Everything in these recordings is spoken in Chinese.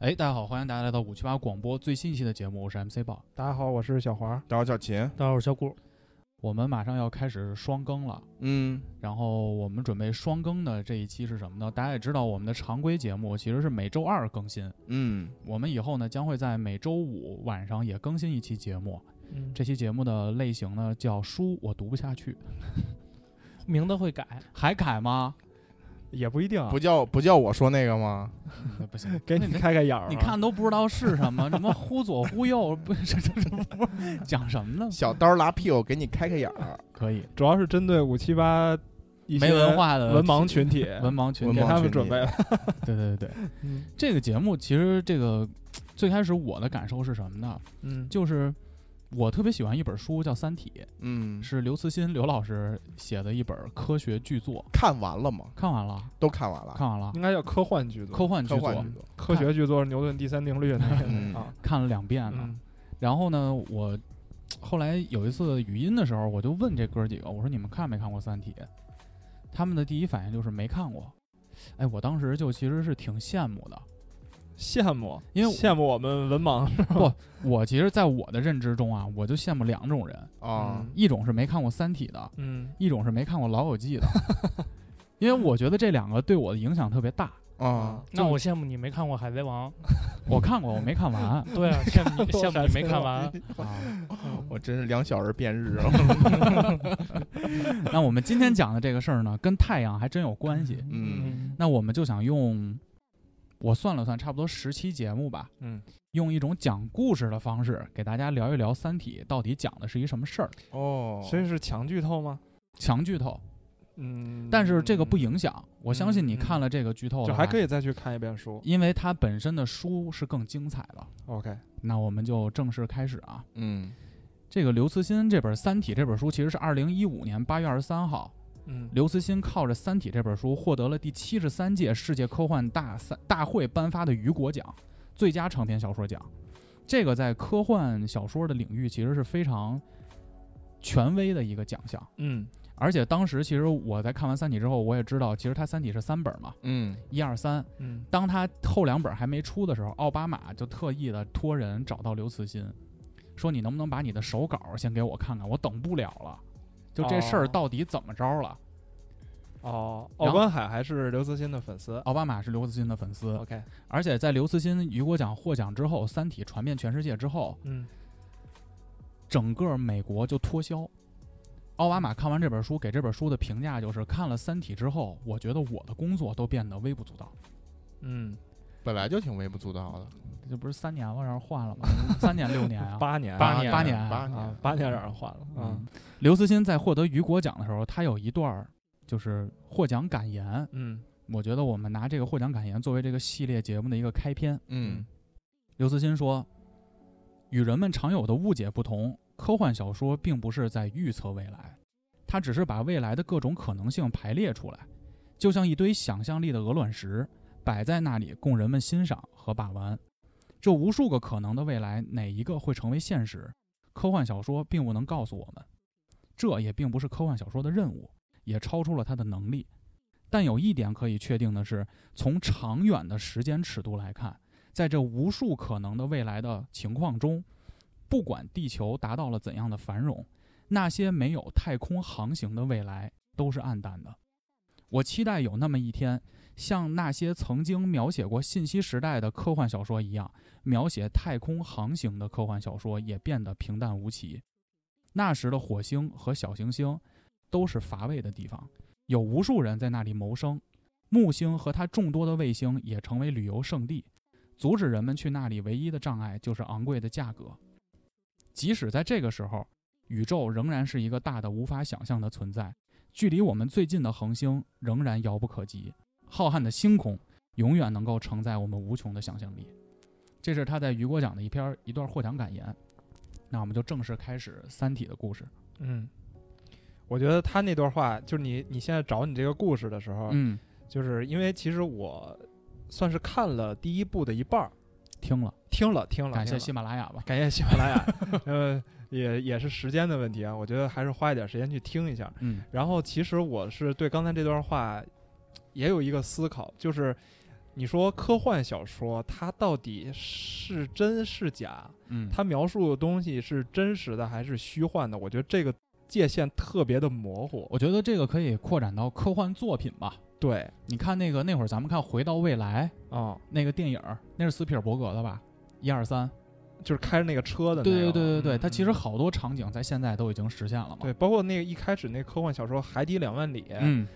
哎，大家好，欢迎大家来到五七八广播最新一期的节目，我是 MC 宝。大家好，我是小华。大家好，小秦。大家好，我是小谷。我们马上要开始双更了，嗯，然后我们准备双更的这一期是什么呢？大家也知道，我们的常规节目其实是每周二更新，嗯，我们以后呢将会在每周五晚上也更新一期节目。嗯，这期节目的类型呢叫书我读不下去， 名字会改，还改吗？也不一定啊，不叫不叫我说那个吗？嗯不行，给你那开开眼儿啊。 你看都不知道是什 么，什么忽左忽右，不是这这不是讲什么呢？小刀拉屁股，给你开开眼儿。可以，主要是针对五七八一些没文化的文盲群体，文盲群文体给盲，他群们体准备了。 对对对对，嗯这个节目其实这个最开始我的感受是什么呢？嗯，就是我特别喜欢一本书叫《三体嗯》，，是刘慈欣刘老师写的一本科学巨作。看完了吗？看完了，都看完了。看完了应，该叫嗯科幻剧作，嗯科幻巨科幻作剧作科学剧作是牛顿第三定律那嗯个啊。看了两遍了。嗯然后呢，我后来有一次语音的时候，我就问这哥几个，我说你们看没看过《三体》？他们的第一反应就是没看过。哎，我当时就其实是挺羡慕的。羡慕，因为我羡慕我们 文盲。我其实，在我的认知中啊，我就羡慕两种人，啊，一种是没看过《三体》的，嗯一种是没看过《老友记》 的，因为我觉得这两个对我的影响特别大。啊，那我羡慕你没看过《海贼王》。我看过，我没看 完啊。对啊，羡慕你过羡慕海你贼没看王完。我真是两小儿变日啊。那我们今天讲的这个事儿呢，跟太阳还真有关系。嗯，那我们就想用，我算了算，差不多十期节目吧，嗯，用一种讲故事的方式给大家聊一聊《三体》到底讲的是一什么事儿，哦，所以是强剧透吗？强剧透，嗯，但是这个不影响。我相信你嗯看了这个剧透就了，还可以，以再去看一遍书。因为它本身的书是更精彩的。 OK，那我们就正式开始啊。嗯，这个刘慈欣这本《三体》这本书其实是二零一五年八月二十三号，嗯，刘慈欣靠着《三体》这本书获得了第七十三届世界科幻大三大会颁发的雨果奖最佳长篇小说奖。这个在科幻小说的领域其实是非常权威的一个奖项。嗯而且当时其实我在看完《三体》之后，我也知道，其实它《三体》是三本嘛，嗯，一二三。嗯当他后两本还没出的时候，奥巴马就特意的托人找到刘慈欣，说你能不能把你的手稿先给我看看，我等不了了。就这事儿哦到底怎么着了？哦，然后奥呃关海还是刘慈欣的粉丝。奥巴马是刘慈欣的粉丝， OK，而且在刘慈欣雨果奖获奖之后，《三体》传遍全世界之后，嗯整个美国就脱销。奥巴马看完这本书，给这本书的评价就是：看了《三体》之后，我觉得我的工作都变得微不足道。嗯，本来就挺微不足道的。这不是三年吗？然后换了吗？ 三年六年 啊？八年八年八年八啊年，，八年让人换了啊嗯。，刘慈欣在获得雨果奖的时候，他有一段儿就是获奖感言。嗯我觉得我们拿这个获奖感言作为这个系列节目的一个开篇。嗯刘慈欣说：“与人们常有的误解不同，科幻小说并不是在预测未来，它只是把未来的各种可能性排列出来，就像一堆想象力的鹅卵石摆在那里供人们欣赏和把玩。这无数个可能的未来，哪一个会成为现实？科幻小说并不能告诉我们，这也并不是科幻小说的任务，也超出了它的能力。但有一点可以确定的是，从长远的时间尺度来看。”在这无数可能的未来的情况中，不管地球达到了怎样的繁荣，那些没有太空航行的未来都是暗淡的。我期待有那么一天，像那些曾经描写过信息时代的科幻小说一样，描写太空航行的科幻小说也变得平淡无奇。那时的火星和小行星都是乏味的地方，有无数人在那里谋生。木星和它众多的卫星也成为旅游胜地，阻止人们去那里唯一的障碍就是昂贵的价格。即使在这个时候，宇宙仍然是一个大的无法想象的存在，距离我们最近的恒星仍然遥不可及，浩瀚的星空永远能够承载我们无穷的想象力。这是他在雨果奖的一篇一段获奖感言。那我们就正式开始《三体》的故事。嗯，我觉得他那段话，就是你你现在找你这个故事的时候，嗯，就是因为其实我算是看了第一部的一半儿，听了，听了听了，感谢听了喜马拉雅 吧。感谢喜马拉雅， 呃，也也是时间的问题啊，我觉得还是花一点时间去听一下。嗯然后其实我是对刚才这段话也有一个思考，就是你说科幻小说它到底是真是假？嗯，它描述的东西是真实的还是虚幻的？我觉得这个界限特别的模糊。我觉得这个可以扩展到科幻作品吧。对，你看那个那会儿咱们看《回到未来》啊、那个电影儿，那是斯皮尔伯格的吧？一二三，就是开着那个车的那对对对个。对对，它其实嗯好多场景在现在都已经实现了嘛。对，包括那个一开始那科幻小说《海底两万里》，嗯，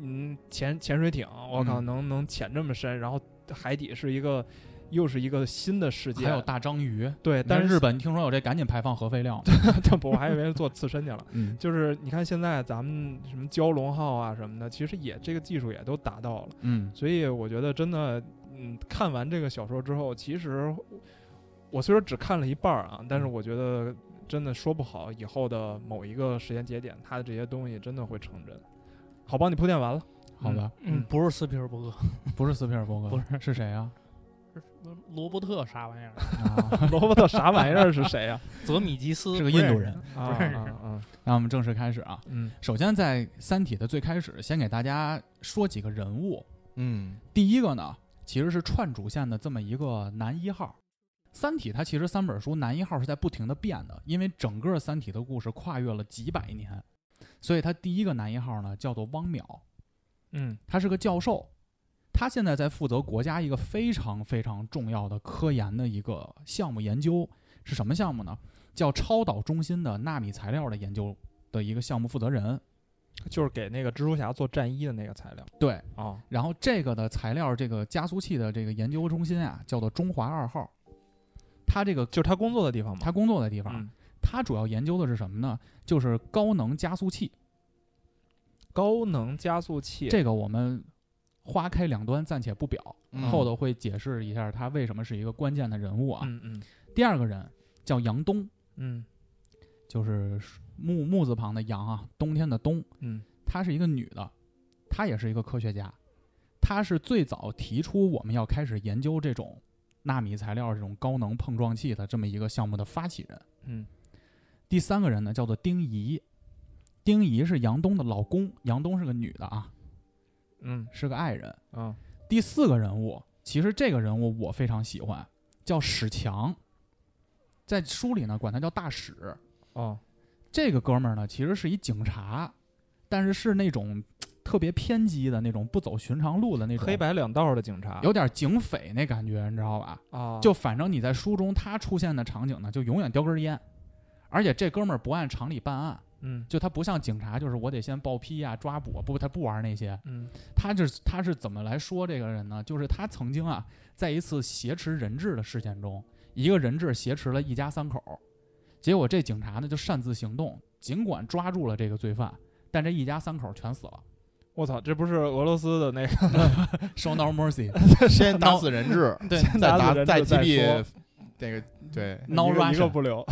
嗯，潜潜水艇，我靠，嗯能能潜这么深，然后海底是一个又是一个新的世界。还有大章鱼，对，但但是日 本听说有这，赶紧排放核废料嘛。他不，我还以为是做刺身去了。嗯，就是你看现在咱们什么蛟龙号啊什么的，其实也这个技术也都达到了， 嗯，所以我觉得真的，嗯，看完这个小说之后，其实我虽说只看了一半儿啊，但嗯是我觉得真的说不好以后的某一个时间节点，它的这些东西真的会成真。好，帮你铺垫完了。好吧，嗯，嗯不是斯皮尔伯格，嗯不是斯皮尔伯格，不是是谁啊？ 罗伯特啥玩意儿， 啊，罗伯特啥玩意儿是 谁呀、泽米吉斯是个不认印度识人。啊？不认识啊啊那我们正式开始啊。嗯首先在《三体》的最开始，先给大家说几个人物。嗯第一个呢，其实是串主线的这么一个男一号。《三体》它其实三本书男一号是在不停的变的，因为整个《三体》的故事跨越了几百年，所以它第一个男一号呢叫做汪淼，嗯他是个教授，他现在在负责国家一个非常非常重要的科研的一个项目研究，是什么项目呢？叫超导中心的纳米材料的研究的一个项目负责人。就是给那个蜘蛛侠做战衣的那个材料对，啊。然后这个的材料，这个加速器的这个研究中心啊，叫做中华二号。他这个就是他工作的地方嘛。他工作的地方，嗯他主要研究的是什么呢？就是高能加速器。高能加速器，这个我们花开两端暂且不表，嗯后头会解释一下他为什么是一个关键的人物啊。嗯嗯第二个人叫杨冬，嗯就是木木字旁的杨啊，冬天的冬。嗯她是一个女的，她也是一个科学家，她是最早提出我们要开始研究这种纳米材料、这种高能碰撞器的这么一个项目的发起人。嗯第三个人呢，叫做丁仪，丁仪是杨东的老公，杨东是个女的啊，嗯是个爱人。啊第四个人物，其实这个人物我非常喜欢，叫史强，在书里呢管他叫大史。哦这个哥们儿呢，其实是一警察，但是是那种特别偏激的那种，不走寻常路的那种，黑白两道的警察有点警匪那感觉，你知道吧？啊，就反正你在书中他出现的场景呢，就永远叼根烟，而且这哥们儿不按常理办案，嗯就他不像警察，就是我得先报批啊、抓捕啊，不，他不玩那些，嗯他就是他是怎么来说这个人呢？就是他曾经啊，在一次挟持人质的事件中，一个人质挟持了一家三口，结果这警察呢就擅自行动，尽管抓住了这个罪犯，但这一家三口全死了。我操，这不是俄罗斯的那个 Show no mercy, 先打死人质，对，再打打死人质再再击毙说那个对 no 一个一个 Russia。不留，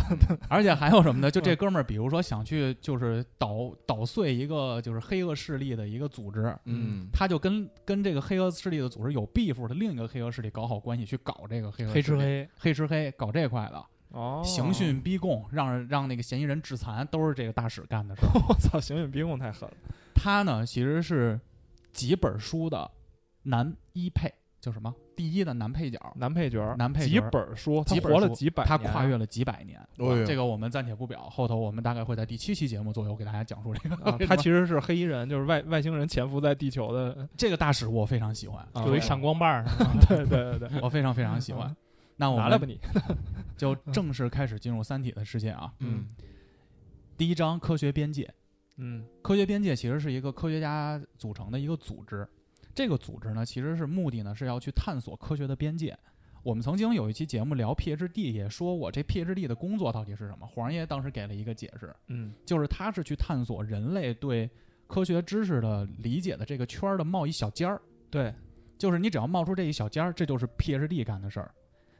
而且还有什么呢？就这哥们儿，比如说想去就是捣捣碎一个就是黑恶势力的一个组织，嗯他就跟跟这个黑恶势力的组织有 beef 的另一个黑恶势力搞好关系，去搞这个黑恶黑势吃力黑，黑吃黑搞这块的。哦，刑讯，逼供，让让那个嫌疑人致残，都是这个大使干的事儿。 我操，刑讯逼供太狠了，他呢，其实是几本书的男一配，叫什么第一的男配角。男配角儿，男配几角儿本儿书，他几本儿活了书几百他年，跨越了几百年，哦哟这个我们暂且不表，后头我们大概会在第七期节目左右给大家讲述这个。 啊，他其实是黑衣人，就是外外星人潜伏在地球的，这个大使我非常喜欢，啊有一 闪光棒儿，对对对对，我非常非常喜欢。 那我啊拿来吧们你，就正式开始进入《三体》的世界啊。嗯第一章科学边界，嗯科学边界其实是一个科学家组成的一个组织，这个组织呢，其实是目的呢是要去探索科学的边界。我们曾经有一期节目聊 PhD，也说过这 PhD 的工作到底是什么。黄爷当时给了一个解释，嗯就是他是去探索人类对科学知识的理解的这个圈儿的冒一小尖儿，对，就是你只要冒出这一小尖儿，这就是 PhD 干的事儿。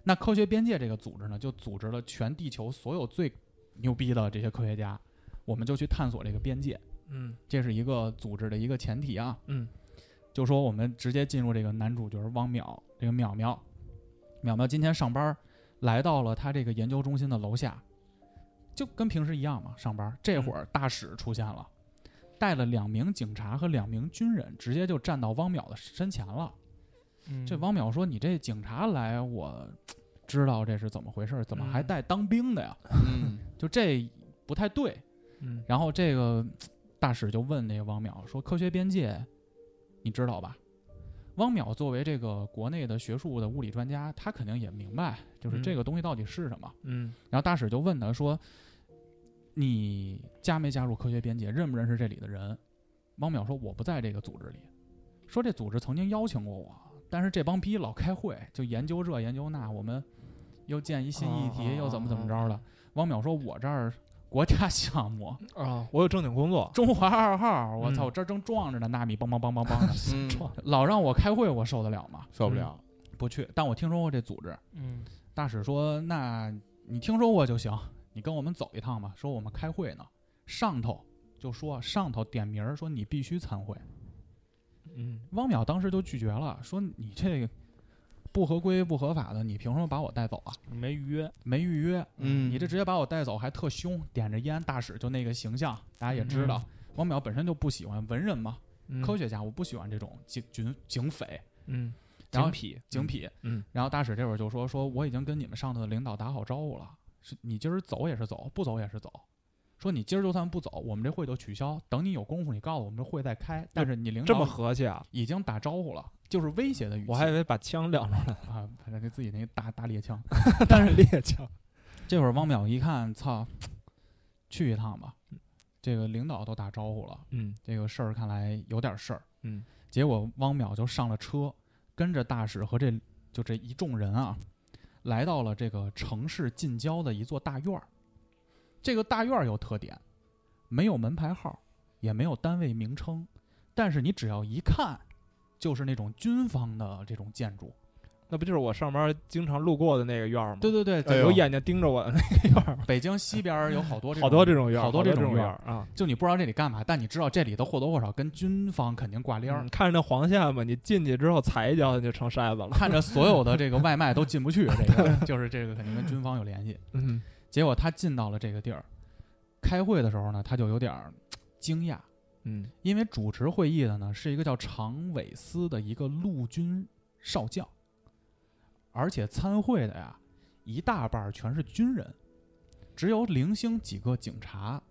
那科学边界这个组织呢，就组织了全地球所有最牛逼的这些科学家，我们就去探索这个边界。 嗯这是一个组织的一个前提啊。嗯，就说我们直接进入这个男主角汪淼，这个淼淼，淼淼今天上班儿来到了他这个研究中心的楼下，就跟平时一样嘛，上班儿。嗯这会儿大使出现了，带了两名警察和两名军人，直接就站到汪淼的身前了。嗯这汪淼说：“你这警察来，我知道这是怎么回事儿，怎么还嗯带当兵的呀？嗯就这不太对。”嗯然后这个大使就问那个汪淼说：“科学边界，你知道吧？”汪淼作为这个国内的学术的物理专家，他肯定也明白，就是嗯这个东西到底是什么。 嗯然后大使就问他说：“你加没加入科学边界？认不认识这里的人？”汪淼说：“我不在这个组织里。”说这组织曾经邀请过我，但是这帮逼老开会，就研究这研究那，我们又建一新议题，哦又怎么怎么着了。汪淼说：“我这儿国家项目，啊，我有正经工作，中华二号，我操，嗯我这儿正撞着呢，纳米梆梆梆梆梆的，嗯，老让我开会，我受得了吗？受不了，不去。但我听说过这组织，嗯大使说：“那你听说过就行，你跟我们走一趟吧。”说我们开会呢，上头就说上头点名儿说你必须参会。嗯汪淼当时就拒绝了，说：“你这个不合规不合法的，你凭什么把我带走啊？嗯你没预约，没预约，嗯，你这直接把我带走，还特凶，点着烟，大使就那个形象，大家也知道。汪淼本身就不喜欢文人嘛，科学学家，我不喜欢这种警警警匪，嗯然后痞警痞。嗯然后大使这会儿就说说我已经跟你们上头的领导打好招呼了，是你今儿走也是走，不走也是走。说你今儿就算不走，我们这会就取消。等你有功夫，你告诉我们这会再开。但是你领嗯这导么和气啊，已经打招呼了，就是威胁的语气。我还以为把枪亮出来了，啊，反正就自己那大大猎 枪。但是猎枪，这会儿汪淼一看，操，去一趟吧。这个领导都打招呼了，嗯这个事儿看来有点事儿。嗯，结果汪淼就上了车，跟着大使和这就这一众人啊，来到了这个城市近郊的一座大院儿。这个大院儿有特点，没有门牌号，也没有单位名称，但是你只要一看，就是那种军方的这种建筑。那不就是我上班经常路过的那个院儿吗？对对对，哎在呦有眼睛盯着我的那个院儿吗，北京西边儿有好多这 好多这种种院好儿，好多这这种种院儿啊。就你不知道这里干嘛，但你知道这里头或多或少跟军方肯定挂你链儿。嗯看着那黄线吧，你进去之后踩一脚你就成筛子了。看着所有的这个外卖都进不去，这个就是这个肯定跟军方有联系。嗯结果他进到了这个地儿，开会的时候呢，他就有点儿惊讶， 嗯因为主持会议的呢是一个叫常伟思的一个陆军少将，而且参会的呀一大半儿全是军人，只有零星几个警察，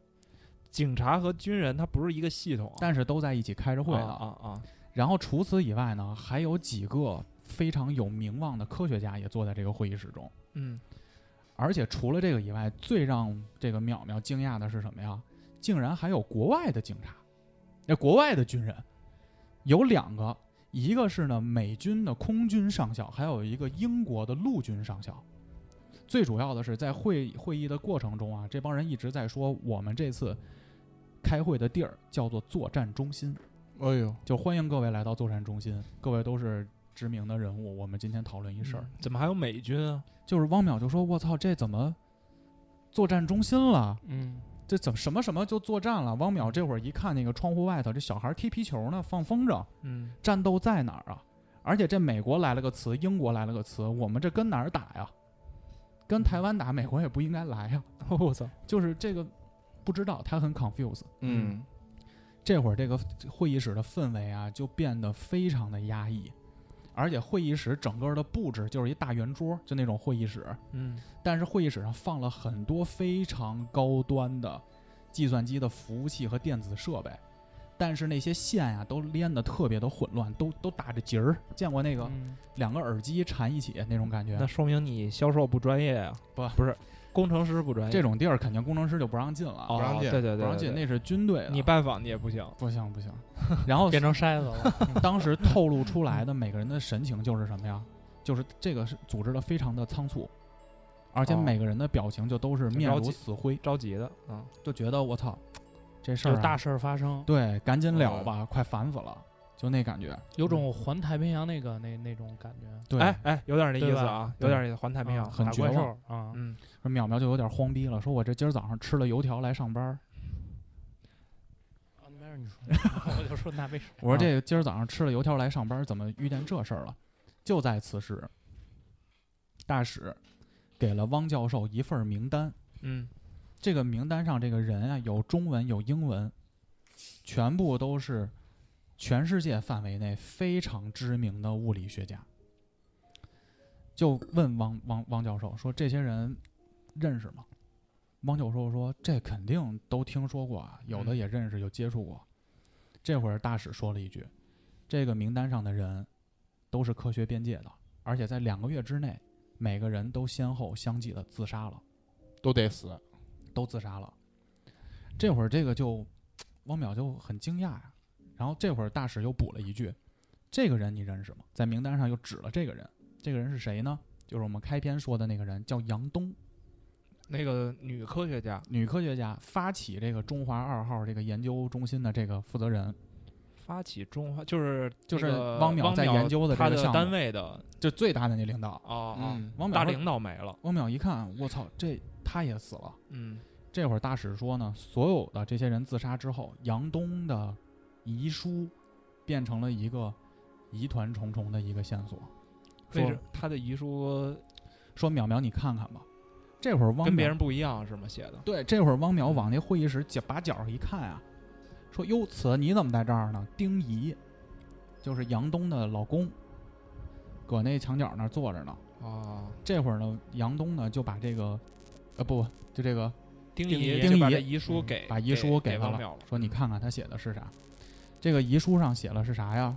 警察和军人他不是一个系统啊，但是都在一起开着会呢。啊啊啊，然后除此以外呢，还有几个非常有名望的科学家也坐在这个会议室中。嗯而且除了这个以外，最让这个淼淼惊讶的是什么呀？竟然还有国外的警察，那国外的军人，有两个，一个是呢美军的空军上校，还有一个英国的陆军上校。最主要的是，在会会议的过程中啊，这帮人一直在说，我们这次开会的地儿叫做作战中心，哎呦，就欢迎各位来到作战中心，各位都是知名的人物，我们今天讨论一事儿。嗯怎么还有美军啊？就是汪淼就说：“我操，这怎么作战中心了？嗯这怎么什么什么就作战了？”汪淼这会儿一看那个窗户外头，这小孩踢皮球呢，放风筝，嗯战斗在哪儿啊？而且这美国来了个词，英国来了个词，我们这跟哪儿打呀？跟台湾打，美国也不应该来呀。 我操，就是这个不知道，他很 confuse。嗯这会儿这个会议室的氛围啊，就变得非常的压抑，而且会议室整个的布置就是一大圆桌，就那种会议室，嗯但是会议室上放了很多非常高端的计算机的服务器和电子设备，但是那些线呀、都连得特别的混乱，都都打着结儿。见过那个嗯两个耳机缠一起那种感觉那？说明你销售不专业啊，啊不不是工程师不专业，这种地儿肯定工程师就不让进了，哦不让进对对对，不让对进，对那是军队的。你拜访你也不行，不行不行。 然后变成筛子了， 当时透露出来的每个人的神情就是什么呀？就是这个是组织的非常的仓促，而且哦每个人的表情就都是面着如急死灰，着急的啊，就觉得我操，这事儿有啊大事儿发生，对，赶紧了嗯吧，快烦死了，就那感觉。有种环太平洋那个那那种感觉，对，嗯哎哎，有点那意对思吧啊，有点环太平洋啊啊，很打绝怪兽望啊，嗯，说淼淼就有点慌逼了，说我这今儿早上吃了油条来上班儿，啊没事你说， 我就说那没事，我说这今儿早上吃了油条来上班儿，怎么遇见这事儿了？就在此时，大使给了汪教授一份儿名单，嗯这个名单上这个人啊，有中文有英文，全部都是全世界范围内非常知名的物理学家，就问汪汪汪教授说：“这些人认识吗？”汪教授说：“这肯定都听说过啊，有的嗯也认识，有接触过。”这会儿大使说了一句：“这个名单上的人都是科学边界的，而且在两个月之内，每个人都先后相继的自杀了。”都得死。都自杀了。这会儿这个就汪淼就很惊讶呀、然后这会儿大使又补了一句：“这个人你认识吗？”在名单上又指了这个人，这个人是谁呢？就是我们开篇说的那个人，叫杨东，那个女科学家女科学家，发起这个中华二号这个研究中心的这个负责人，发起中华，就是就是那个汪汪淼在研究的这的个他项目单位的就最大的那领导。哦哦，汪淼大说领导没了，汪淼一看，我操，这他也死了。嗯，这会儿大使说呢，所有的这些人自杀之后，杨东的遗书变成了一个疑团重重的一个线索，为说什他的遗书说淼淼你看看吧。这会儿汪跟别淼人嗯不一样是吗？写的对，这会儿汪淼往那会议室脚把脚一看啊，说哟，此你怎么在这儿呢？丁仪，就是杨东的老公，搁那墙角那儿坐着呢。哦，这会儿呢，杨东呢就把这个，呃不，就这个丁丁仪仪就把丁这仪遗书嗯给把遗书给给他汪了淼了，说你看看他写的是啥？这个遗书上写了是啥呀？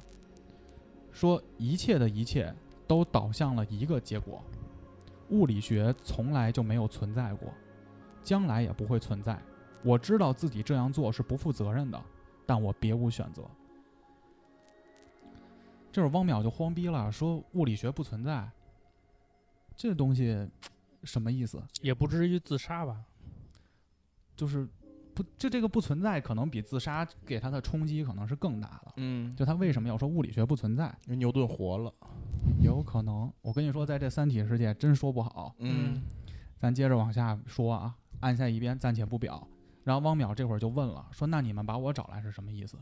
说一切的一切都导向了一个结果，物理学从来就没有存在过，将来也不会存在。我知道自己这样做是不负责任的，但我别无选择。这会儿汪淼就慌逼了，说物理学不存在，这东西什么意思？也不至于自杀吧？就是不就这个不存在，可能比自杀给他的冲击可能是更大的。嗯，就他为什么要说物理学不存在？因为牛顿活了。有可能，我跟你说，在这三体世界真说不好。嗯，咱接着往下说啊，按下一边暂且不表。然后汪淼这会儿就问了，说：“那你们把我找来是什么意思？”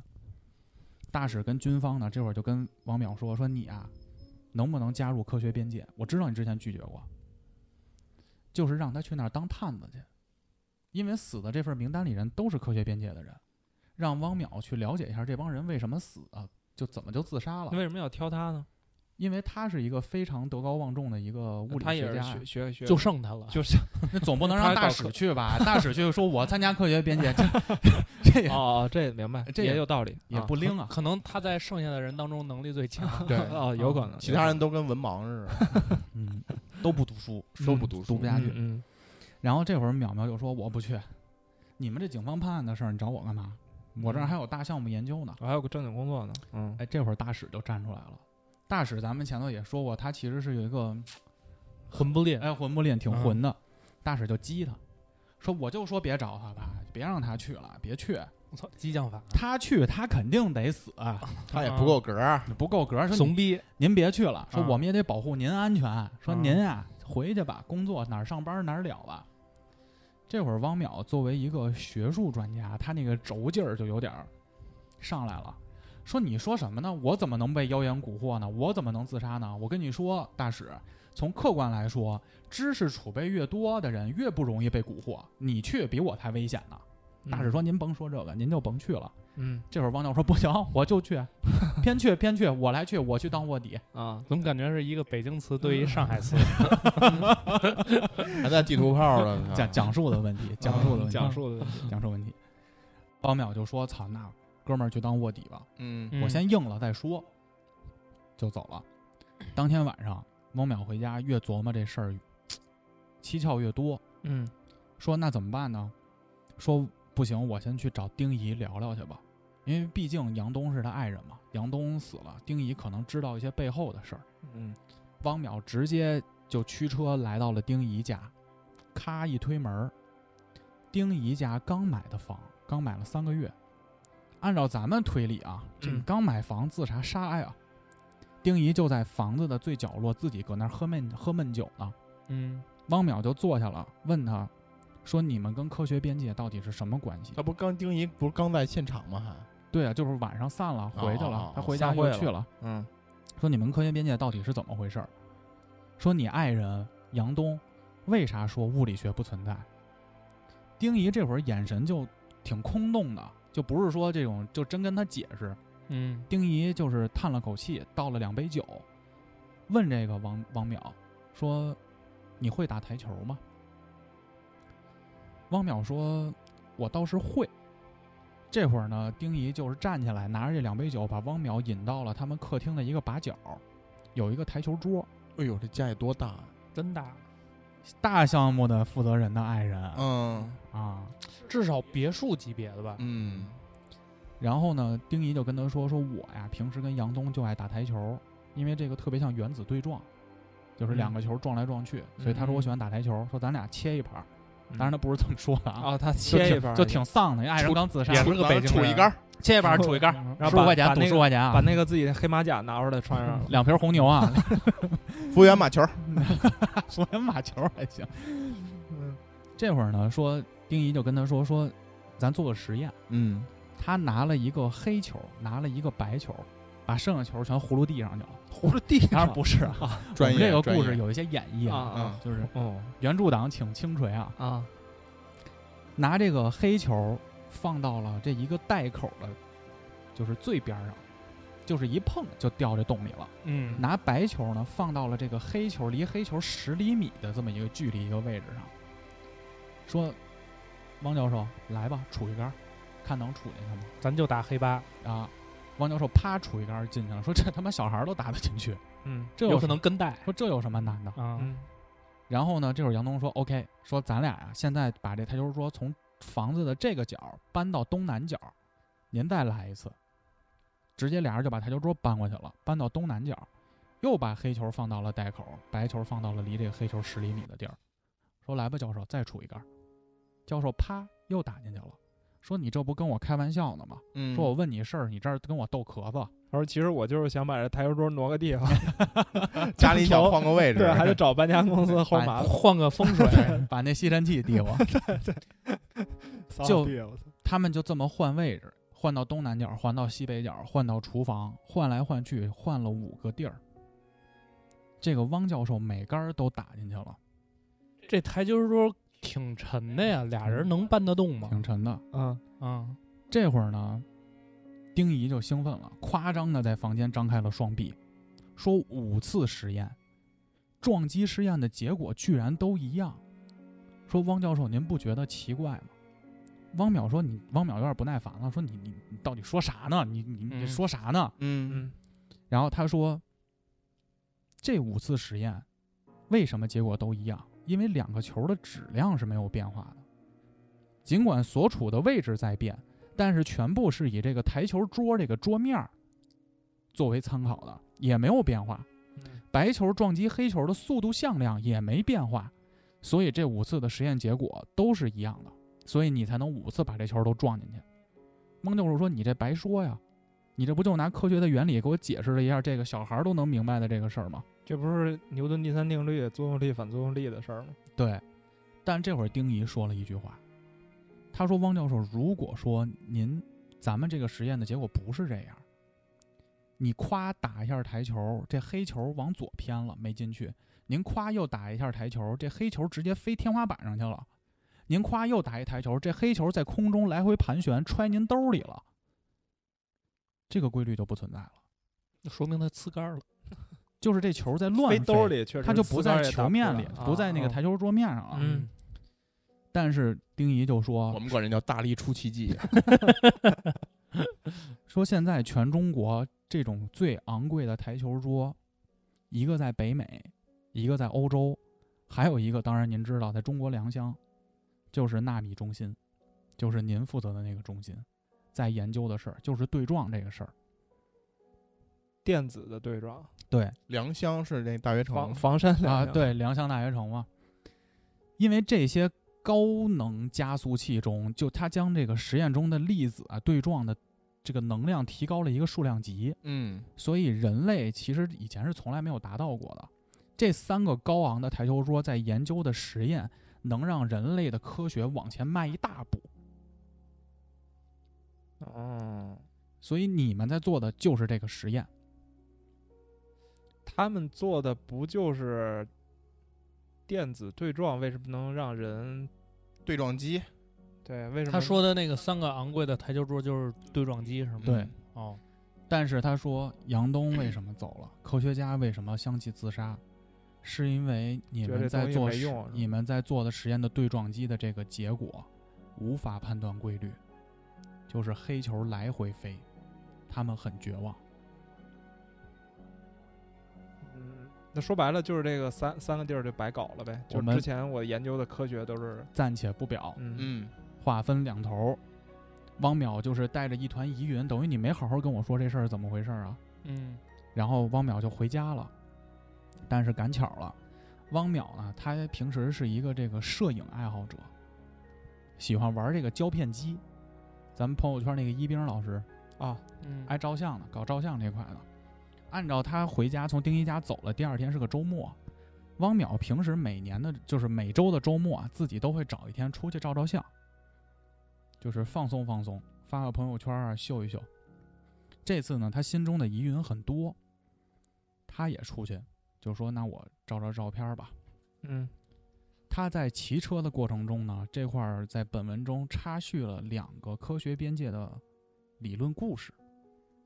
大使跟军方呢，这会儿就跟汪淼说：“说你啊，能不能加入科学边界？我知道你之前拒绝过，就是让他去那儿当探子去，因为死的这份名单里人都是科学边界的人，让汪淼去了解一下这帮人为什么死啊，就怎么就自杀了那。为什么要挑他呢？因为他是一个非常德高望重的一个物理他也学是家呀，学学学，就剩他了。 就是那总不能他让还大搞使科去吧？大使去说，我参加科学边界， 这这也哦，哦 这明白，这也也有道理，也啊不 灵啊。可能他在剩下的人当中能力最强。 对，哦，有可能，其他人都跟文盲似的，嗯，都不读书，都不读读书不。下去。嗯，然后这会儿淼淼就说：“我不去，你们这警方判案的事儿，你找我干嘛？我这儿还有大项目研究呢。我还有个正经工作呢，嗯”哎，这会儿大使就站出来了。大使，咱们前头也说过，他其实是有一个魂不吝，哎魂不吝，挺混的。大使就激他，说：“我就说别找他吧，别让他去了，别去，我操，激将法，他去他肯定得死，啊他也不够格儿，不够格。”说你怂逼，您别去了，说啊我们也得保护您安全，说您啊回去吧，工作哪儿上班哪儿了吧。这会儿汪淼作为一个学术专家，他那个轴劲儿就有点儿上来了，说你说什么呢？我怎么能被妖言蛊惑呢？我怎么能自杀呢？我跟你说，大使，从客观来说，知识储备越多的人越不容易被蛊惑，你去比我才危险呢。嗯大使，说您甭说这个，您就甭去了。嗯这会儿汪淼说不行，我就去， 偏去偏去，我来去，我去当卧底。啊，怎么感觉是一个北京词对于上海词？还在地图炮呢。 讲讲述的问题，讲述的问题，啊讲述的，讲述问题。包淼就说：“操，那哥们儿去当卧底吧，嗯，我先硬了再说。”就走了。当天晚上，汪淼回家越琢磨这事儿，蹊跷越多，嗯说那怎么办呢？说不行，我先去找丁仪聊聊去吧，因为毕竟杨东是他爱人嘛，杨东死了，丁仪可能知道一些背后的事儿。 嗯，汪淼直接就驱车来到了丁仪家，咔一推门儿，丁仪家刚买的房，刚买了三个月。按照咱们推理啊，这嗯刚买房自杀杀呀，丁仪就在房子的最角落自己搁那儿喝闷喝闷酒呢。嗯，汪淼就坐下了，问他说：“你们跟科学边界到底是什么关系哦他不刚丁仪不是刚在现场吗？还？”对啊，就是晚上散了，回去了，哦哦哦他回家散又会去了了。嗯说你们科学边界到底是怎么回事儿？说你爱人杨东为啥说物理学不存在？丁仪这会儿眼神就挺空洞的，就不是说这种就真跟他解释，嗯丁仪就是叹了口气，倒了两杯酒，问这个王王淼说：“你会打台球吗？”汪淼说：“我倒是会。”这会儿呢，丁仪就是站起来，拿着这两杯酒，把汪淼引到了他们客厅的一个把角，有一个台球桌，哎呦，这家也多大啊！真大，大项目的负责人的爱人啊、嗯啊。至少别墅级别的吧？嗯，然后呢，丁仪就跟他说：“说我呀，平时跟杨东就爱打台球，因为这个特别像原子对撞，就是两个球撞来撞去。嗯所以他说我喜欢打台球，说咱俩切一盘儿。当然他不是这么说的啊，啊，他就嗯切一挺半儿就挺丧的，爱人刚自杀，也是个北京杵人一杆儿，切一盘儿杵一杆嗯儿， 然后十把五块钱把赌那十个五块钱啊，把那个自己的黑马甲拿出来穿 上了。两瓶红牛啊，服务员把球儿，昨天马球还行。嗯这会儿呢，说丁仪就跟他说说，咱做个实验。嗯，他拿了一个黑球，拿了一个白球，把剩下球全葫芦地上去了。糊着地当上然不是啊，我专们业这个专故业事有一些演绎啊啊，啊就是哦原著党请轻锤啊，啊拿这个黑球放到了这一个袋口的，就是最边上，就是一碰就掉这洞里了。嗯，拿白球呢放到了这个黑球离黑球十厘米的这么一个距离一个位置上，说：“汪教授，来吧，杵一杆儿，看能杵进去吗咱就打黑八，？”啊，汪教授啪杵一杆儿进去了，说：“这他妈小孩儿都打得进去，嗯这有什可能么跟带说这有什么难的啊，嗯然后呢，这会儿杨东说：“OK，说咱俩呀、现在把这台球桌从房子的这个角搬到东南角，您再来一次。”直接俩人就把台球桌搬过去了，搬到东南角，又把黑球放到了袋口，白球放到了离这个黑球十厘米的地儿。说：“来吧，教授，再杵一杆。”教授啪又打进去了，说：“你这不跟我开玩笑呢吗？嗯说我问你事儿，你这儿跟我逗壳子。他说：“其实我就是想把这台球桌挪个地方，家里想换 个位置，对， 还得找搬家公司 后麻烦，换个风水，把那吸尘器递我。”扫就地啊我操他们就这么换位置，换到东南角，换到西北角，换到厨房，换来换去，换了五个地儿。这个汪教授每杆儿都打进去了，这台球桌挺沉的呀，俩人能搬得动吗？挺沉的。嗯啊，这会儿呢，丁仪就兴奋了，夸张的在房间张开了双臂，说五次实验，撞击试验的结果居然都一样。说汪教授，您不觉得奇怪吗？汪淼说你，汪淼有点不耐烦了，说你你你到底说啥呢？你你你嗯说啥呢？嗯嗯然后他说，这五次实验为什么结果都一样？因为两个球的质量是没有变化的，尽管所处的位置在变，但是全部是以这个台球桌这个桌面儿作为参考的，也没有变化。白球撞击黑球的速度向量也没变化，所以这五次的实验结果都是一样的，所以你才能五次把这球都撞进去。蒙教授说：“你这白说呀，你这不就拿科学的原理给我解释了一下这个小孩儿都能明白的这个事儿吗这不是牛顿第三定律作用力反作用力的事儿吗？？”对，但这会儿丁仪说了一句话，他说：“汪教授，如果说您咱们这个实验的结果不是这样，你夸打一下台球，这黑球往左偏了没进去；您夸又打一下台球，这黑球直接飞天花板上去了；您夸又打一台球，这黑球在空中来回盘旋，揣您兜里了。这个规律就不存在了，那说明他呲杆儿了。就是这球在乱飞飞兜，里确实，它就不啊哦在球面里，不在那个台。台球桌面上啊了。嗯但是丁仪就我说们管人叫大力出奇迹， 说现在全中国这种最昂贵的台球桌，一个在北美，一个在欧洲，还有一个当然您知道，在中国良乡，就是纳米中心，就是您负责的那个中心，在研究的事儿就是对撞这个事儿。电子的对撞，对，良乡是那大学房城，房山两啊，辆，对，良乡大学城嘛。因为这些高能加速器中，就它将这个实验中的粒子啊对撞的这个能量提高了一个数量级，嗯所以人类其实以前是从来没有达到过的。这三个高昂的台球桌在研究的实验，能让人类的科学往前迈一大步。哦，所以你们在做的就是这个实验，他们做的不就是电子对撞？为什么能让人对撞机，对？为什么他说的那个三个昂贵的台球桌就是对撞机是吗？对嗯，哦，但是他说，杨东为什嗯么走了？科学家为什么相继自杀？是因为你觉得们这在东西做没实用是吧你们在做的实验的对撞机的这个结果，无法判断规律，就是黑球来回飞，他们很绝望。嗯，那说白了就是这个三三个地儿就白搞了呗。我就们之前我研究的科学都是，暂且不表，嗯嗯，话分两头儿。汪淼就是带着一团疑云，等于你没好好跟我说这事儿怎么回事儿啊？嗯然后汪淼就回家了，但是赶巧了，汪淼呢，他平时是一个这个摄影爱好者，喜欢玩这个胶片机。咱们朋友圈那个一冰老师啊，嗯，爱照相的，搞照相这块的。按照他回家从丁一家走了，第二天是个周末。汪淼平时每年的，就是每周的周末啊，自己都会找一天出去照照相，就是放松放松，发个朋友圈啊，秀一秀。这次呢，他心中的疑云很多，他也出去，就说：“那我照照照片吧。”嗯他在骑车的过程中呢，这块儿在本文中插叙了两个科学边界的理论故事，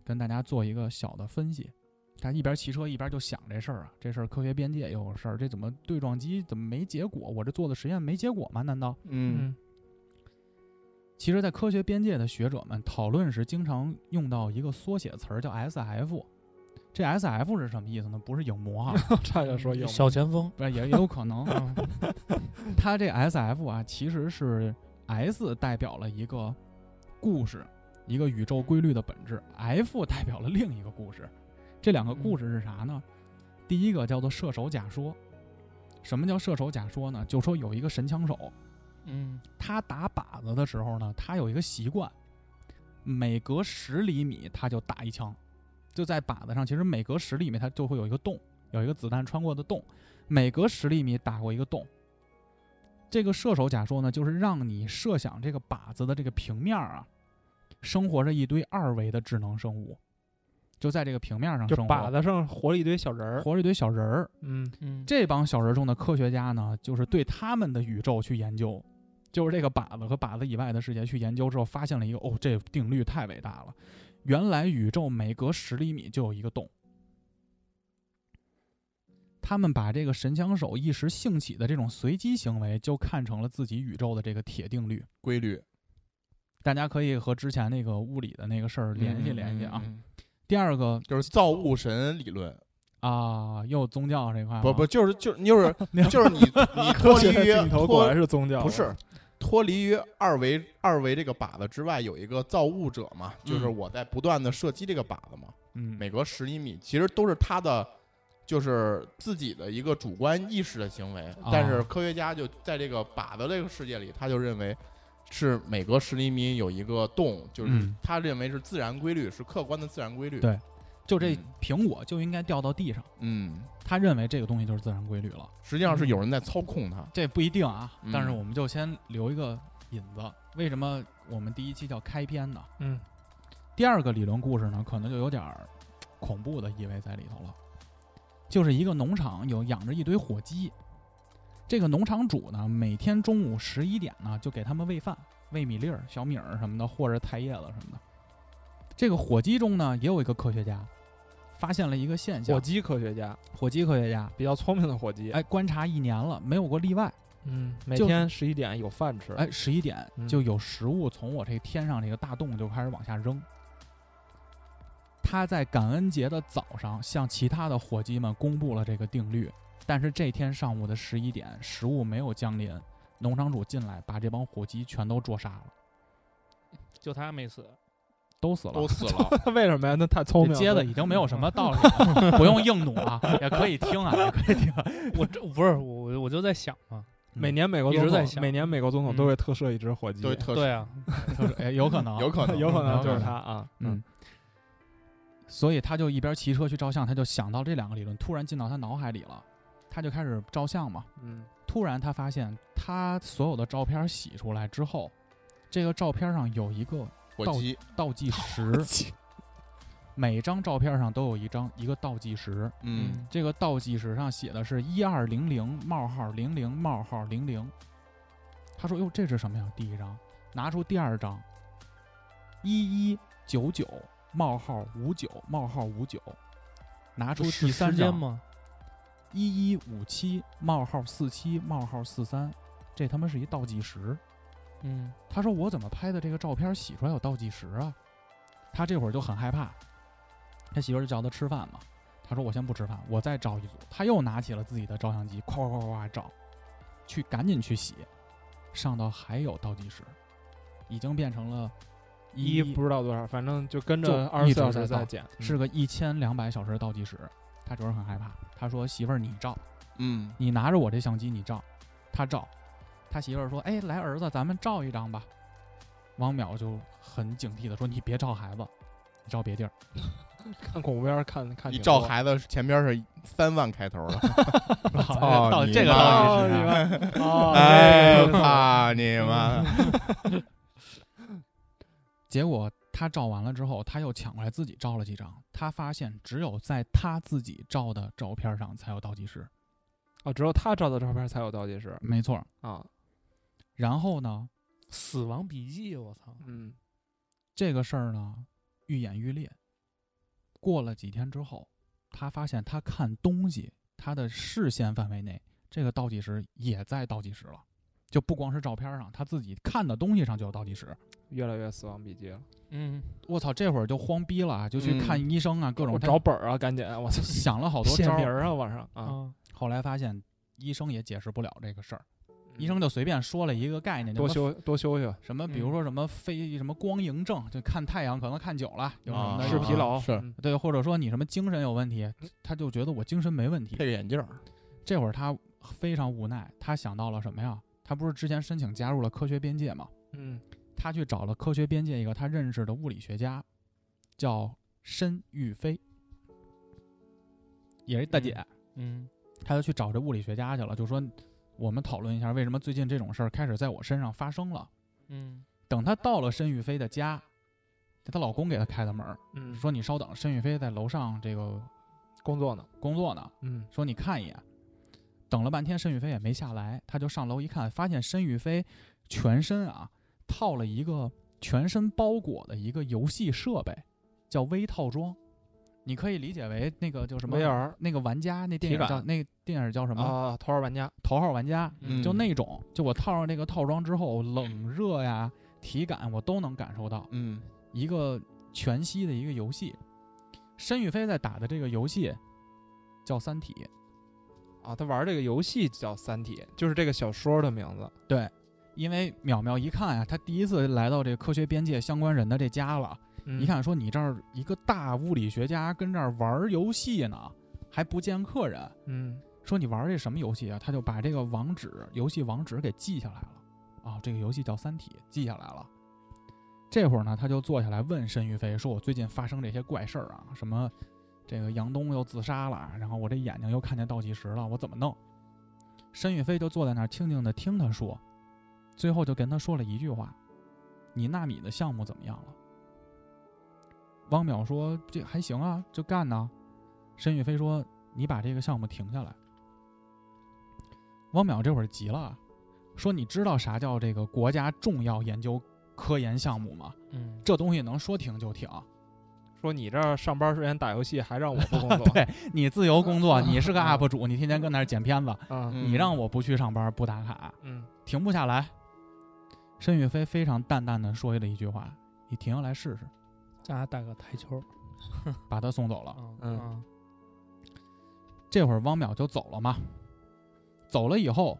跟大家做一个小的分析。他一边骑车一边就想这事儿啊，这事儿科学边界也有事儿，这怎么对撞机怎么没结果？我这做的实验没结果吗？难道？嗯，其实，在科学边界的学者们讨论时，经常用到一个缩写词儿叫 SF。这 SF 是什么意思呢？不是影魔啊，差点说有吗小前锋，不是也也有可能。 嗯它这 S F 啊，其实是 S 代表了一个故事，一个宇宙规律的本质；F 代表了另一个故事。这两个故事是啥呢？第一个叫做射手假说。什么叫射手假说呢？就说有一个神枪手，嗯他打靶子的时候呢，他有一个习惯，每隔十厘米他就打一枪，就在靶子上，其实每隔十厘米他就会有一个洞，有一个子弹穿过的洞，每隔十厘米打过一个洞。这个射手假说呢，就是让你设想这个靶子的这个平面啊，生活着一堆二维的智能生物，就在这个平面上就生活，靶子上活了一堆小人儿。活着一堆小人儿。嗯嗯，这帮小人中的科学家呢，就是对他们的宇宙去研究，就是这个靶子和靶子以外的世界去研究之后，发现了一个哦，这定律太伟大了，原来宇宙每隔十厘米就有一个洞。他们把这个神枪手一时兴起的这种随机行为，就看成了自己宇宙的这个铁定律。规律大家可以和之前那个物理的那个事儿联系联系啊。，嗯嗯嗯第二个就是造物神理论，啊，又有宗教这块了不不，就是就是就是就是你你科脱离学的于尽头果然脱是宗教，不是脱离于二维二维这个靶子之外，有一个造物者嘛，就是嗯我在不断的射击这个靶子嘛，嗯，每隔十厘米，其实都是他的。就是自己的一个主观意识的行为，但是科学家就在这个靶子这个世界里，他就认为是每隔十厘米有一个洞，就是嗯他认为是自然规律，是客观的自然规律。对就这嗯苹果就应该掉到地上。嗯，他认为这个东西就是自然规律了，实际上是有人在操控它。这不一定啊。嗯但是我们就先留一个引子。为什么我们第一期叫开篇呢？嗯第二个理论故事呢，可能就有点儿恐怖的意味在里头了。就是一个农场有养着一堆火鸡，这个农场主呢，每天中午十一点呢，就给他们喂饭，喂米粒儿、小米儿什么的，或者菜叶子什么的。这个火鸡中呢，也有一个科学家发现了一个现象，火鸡科学家，火鸡科学家，比较聪明的火鸡。哎，观察一年了，没有过例外。嗯，每就是天十一点有饭吃。哎，十一点嗯就有食物从我这个天上这个大洞就开始往下扔。他在感恩节的早上向其他的伙计们公布了这个定律，但是这天上午的十一点，食物没有降临，农场主进来把这帮伙计全都捉杀了，就他没死，都死都了。死了，为什么呀？那太聪这明了。接的已经没有什么道理了，不用硬弩啊，也可以听啊，也可以听。 我这不是我我就在想嘛， 每年美国一直总在统，想每年美国总统嗯都会特赦一只火鸡都，特对啊，就是哎有可能， 有可能 有可能有就是可能他啊。嗯，，所以他就一边骑车去照相，他就想到这两个理论，突然进到他脑海里了，他就开始照相嘛。嗯突然他发现，他所有的照片洗出来之后，这个照片上有一个火鸡，倒计时，每张照片上都有一张一个倒计时，嗯，这个倒计时上写的是一二零零冒号零零冒号零零。他说：“哟，这是什么呀？”第一张，拿出第二张，一一九九冒号五九冒号五九，拿出不是第三时间张吗？一一五七冒号四七冒号四三，这他妈是一倒计时。嗯，他说我怎么拍的这个照片洗出来有倒计时啊？他这会儿就很害怕，他媳妇儿就叫他吃饭嘛。他说我先不吃饭，我再照一组。他又拿起了自己的照相机，咵咵咵咵照，去赶紧去洗，上到还有倒计时，已经变成了一一不知道多少，反正嗯就跟就着二十一直四小在时倒在减，嗯是个一千两百小时的倒计时。他主要很害怕，他说媳妇儿你照，嗯，你拿着我这相机你照，他照，他媳妇儿说：“哎，来儿子，咱们照一张吧。”王淼就很警惕的说：“你别照孩子，你照别地儿。看恐怖片儿看看一挺照多孩子前边是三万开头的，操到你这个妈倒哦，你们哦，哎这个怕你妈！ 结果他照完了之后，他又抢过来自己照了几张，他发现只有在他自己照的照片上才有倒计时，哦，只有他照的照片才有倒计时没错。啊，然后呢，死亡笔记，啊我操！嗯，这个事儿呢愈演愈烈。过了几天之后，他发现他看东西，他的视线范围内，这个倒计时也在倒计时了，就不光是照片上，他自己看的东西上就有倒计时。越来越死亡笔记了，嗯，我操，这会儿就慌逼了啊，就去嗯看医生啊，各我种找他本儿啊，赶紧，我操，想了好多 写招名儿。儿啊，晚上啊，啊，后来发现医生也解释不了这个事儿，嗯医生就随便说了一个概念，就多什么休多休息，什么，比如嗯说什么非什么光影症，就看太阳可能看久了，有什么啊的视疲有劳是嗯对，或者说你什么精神有问题，他就觉得我精神没问题配。个眼镜儿，这会儿他非常无奈，他想到了什么呀？他不是之前申请加入了科学边界吗？嗯，他去找了科学边界一个他认识的物理学家，叫申玉飞，也是大姐。嗯他就去找这物理学家去了，就说我们讨论一下为什么最近这种事儿开始在我身上发生了。嗯等她到了申玉飞的家，她老公给她开的门儿，嗯，说你稍等，申玉飞在楼上这个工作呢，工作呢。嗯，说你看一眼。等了半天，申玉飞也没下来，他就上楼一看，发现申玉飞全身啊套了一个全身包裹的一个游戏设备，叫微套装。你可以理解为那个叫什么 VR 那个玩家那电影体感叫那电影叫什么、啊，头号玩家，头号玩家，嗯就那种，就我套上这个套装之后，冷热呀、体感我都能感受到。 嗯，一个全息的一个游戏，申玉飞在打的这个游戏叫《三体》。啊，他玩这个游戏叫《三体》，就是这个小说的名字。对，因为淼淼一看呀、他第一次来到这科学边界相关人的这家了，嗯一，看说你这儿一个大物理学家跟这儿玩儿游戏呢，还不见客人，嗯，说你玩儿这什么游戏啊？他就把这个网址游戏网址给记下来了，啊，这个游戏叫《三体》，记下来了。这会儿呢，他就坐下来问申玉飞说：“我最近发生这些怪事儿啊，什么这个杨东又自杀了，然后我这眼睛又看见倒计时了，我怎么弄？”申玉飞就坐在那儿静静的听他说，最后就跟他说了一句话：“你纳米的项目怎么样了？”汪淼说：“这还行啊，就干呢。”申玉飞说：“你把这个项目停下来。”汪淼这会儿急了，啊说：“你知道啥叫这个国家重要研究科研项目吗？嗯，这东西能说停就停。说你这儿上班时间打游戏，还让我不工作？ 对你自由工作，你是个啊 UP 主，你天天跟那儿剪片子，啊，嗯你让我不去上班不打卡，嗯，停不下来。”申玉飞非常淡淡的说了一句话：“你停下来试试。叫他打个台球。”把他送走了。嗯嗯嗯这会儿汪淼就走了嘛，走了以后，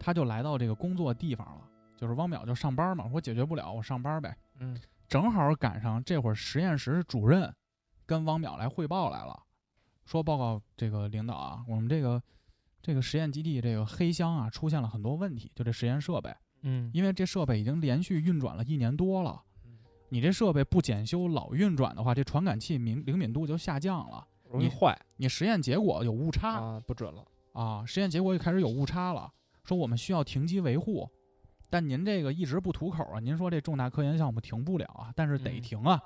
他就来到这个工作地方了，就是汪淼就上班嘛，我解决不了，我上班呗。嗯，正好赶上这会儿实验室主任跟汪淼来汇报来了，说报告这个领导啊，我们这个这个实验基地这个黑箱啊出现了很多问题，就这实验设备，嗯因为这设备已经连续运转了一年多了嗯，你这设备不检修老运转的话，这传感器敏灵敏度就下降了。容易你坏你实验结果有误差啊，不准了。啊，实验结果也开始有误差了，说我们需要停机维护，但您这个一直不吐口啊，您说这重大科研项目停不了啊，但是得嗯停啊。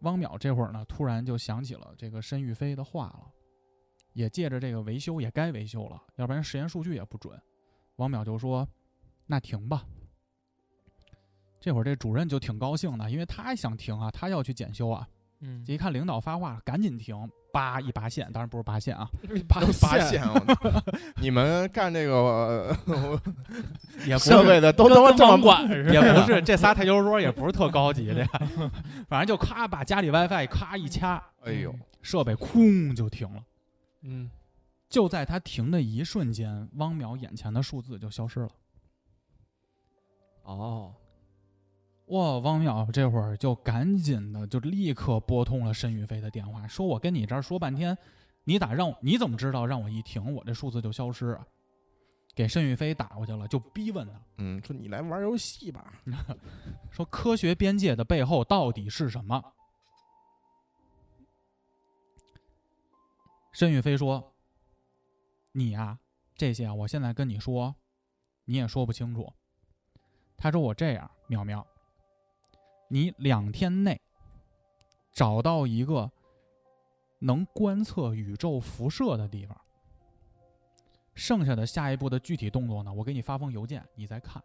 汪淼这会儿呢，突然就想起了这个申玉飞的话了，也借着这个维修也该维修了，要不然实验数据也不准。汪淼就说：“那停吧。”这会儿这主任就挺高兴的，因为他想停啊，他要去检修啊。嗯 这一看领导发话，赶紧停，叭一拔线，当然不是拔线啊，拔都发线现了， 你们干这个 呃也不社是会的都跟他妈跟这网么管似的，也不是这仨台球桌也不是特高级的呀， 反正就咔把家里 WiFi 咔一掐，哎呦，设备哐就停了。嗯，就在他停的一瞬间，汪淼眼前的数字就消失了。哦，哇，汪淼这会儿就赶紧的就立刻拨通了申宇飞的电话，说我跟你这儿说半天，你咋让我你怎么知道让我一停我这数字就消失啊？给申宇飞打过去了，就逼问他嗯，说你来玩游戏吧，说科学边界的背后到底是什么？申宇飞说：“你呀、这些啊，我现在跟你说，你也说不清楚。”他说：“我这样，淼淼，你两天内找到一个能观测宇宙辐射的地方，剩下的下一步的具体动作呢，我给你发封邮件，你再看。”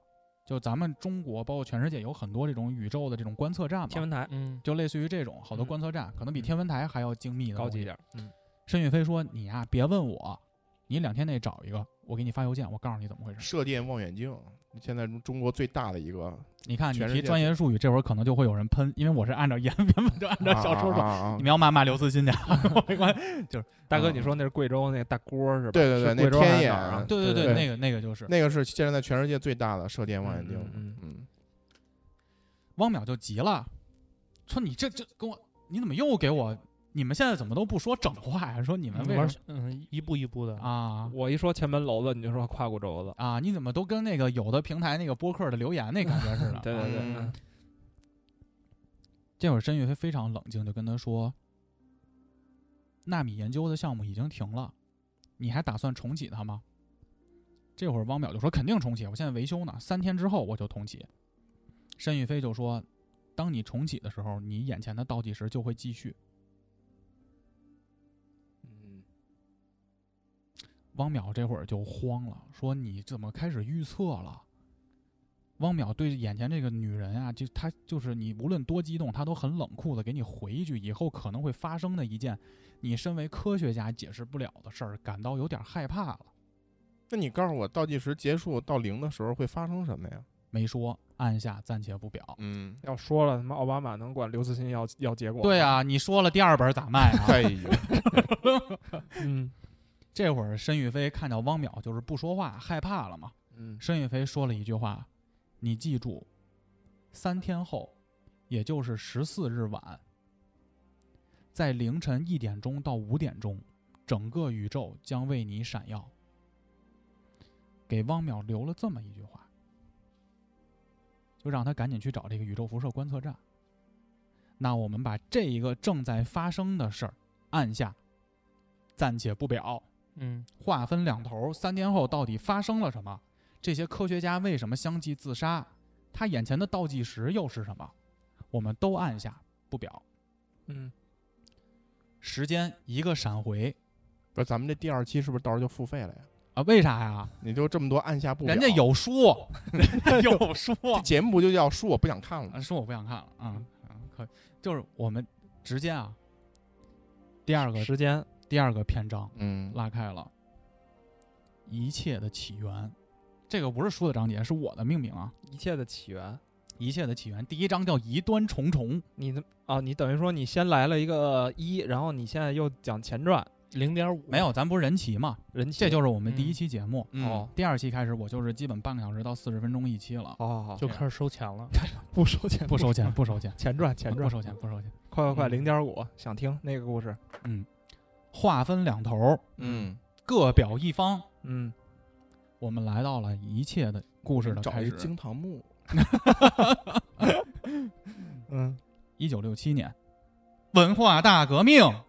就咱们中国，包括全世界，有很多这种宇宙的这种观测站天嘛，文台嗯就类似于这种好多嗯观测站，可能比嗯天文台还要精密的高东级一西。点，嗯，申宇飞说：“你呀、别问我，你两天内找一个，我给你发邮件，我告诉你怎么回事。射电望远镜，现在中国最大的一个，你看，你全世提界专业术语，这会儿可能就会有人喷，因为我是按照原 原本就按照小说说，啊啊啊啊你们要骂骂刘慈欣去，我没关系。大哥，嗯你说那是贵州那大锅是吧？对对对是那贵州还是天眼哪儿啊对对对，那个那个就是那个是现在全世界最大的射电望远镜嗯，嗯嗯，汪淼就急了，说你这这跟我，你怎么又给我？你们现在怎么都不说整话呀？说你们为什玩么嗯一步一步的，啊？我一说前门楼子，你就说胯骨轴子，？啊，你怎么都跟那个有的平台那个播客的留言那感觉似的对对对，嗯嗯这会儿申玉飞非常冷静，就跟他说：“纳米研究的项目已经停了，你还打算重启它吗？”这会儿汪淼就说：“肯定重启，我现在维修呢，三天之后我就重启。”申玉飞就说：“当你重启的时候，你眼前的倒计时就会继续。嗯”汪淼这会儿就慌了，说：“你怎么开始预测了？”汪淼对眼前这个女人啊，就她就是你，无论多激动，她都很冷酷的给你回一句以后可能会发生的一件你身为科学家解释不了的事儿，感到有点害怕了。那你告诉我倒计时结束到零的时候会发生什么呀？没说，按下暂且不表。嗯，要说了，他妈奥巴马能管刘慈欣要要结果？对，啊，你说了第二本咋卖 啊？哎呦，嗯这会儿申玉飞看到汪淼就是不说话，害怕了嘛。嗯，申玉飞说了一句话：“你记住，三天后，也就是十四日晚，在凌晨一点钟到五点钟，整个宇宙将为你闪耀。”给汪淼留了这么一句话，就让他赶紧去找这个宇宙辐射观测站。那我们把这一个正在发生的事儿按下，暂且不表。嗯划分两头，三天后到底发生了什么？这些科学家为什么相继自杀？他眼前的倒计时又是什么？我们都按下不表，嗯，时间一个闪回不是咱们这第二期是不是到时候就付费了呀？啊？为啥呀？你就这么多按下不表？人家有书，人家嗯 有书，这节目不就叫说我不想看了吗啊，？说我不想看了嗯啊啊！可就是我们直接啊，第二个时间第二个篇章嗯，拉开了，一切的起源，这个不是书的章节，是我的命名啊。一切的起源，一切的起源，第一章叫疑端重重，你的啊，你等于说你先来了一个一，然后你现在又讲前传零点五没有，咱不是人齐嘛，人气，这就是我们第一嗯期节目。嗯哦，第二期开始，我就是基本半个小时到四十分钟一期了，好好好，就开始收钱了，不收钱，哦不收钱，不收钱， 前传 前不传，收钱，，不收钱。快快快，嗯零点五，想听那个故事，划分两头，嗯，各表一方，嗯，我们来到了一切的故事的嗯找开一始惊。堂木，嗯，一九六七年，文化大革命。嗯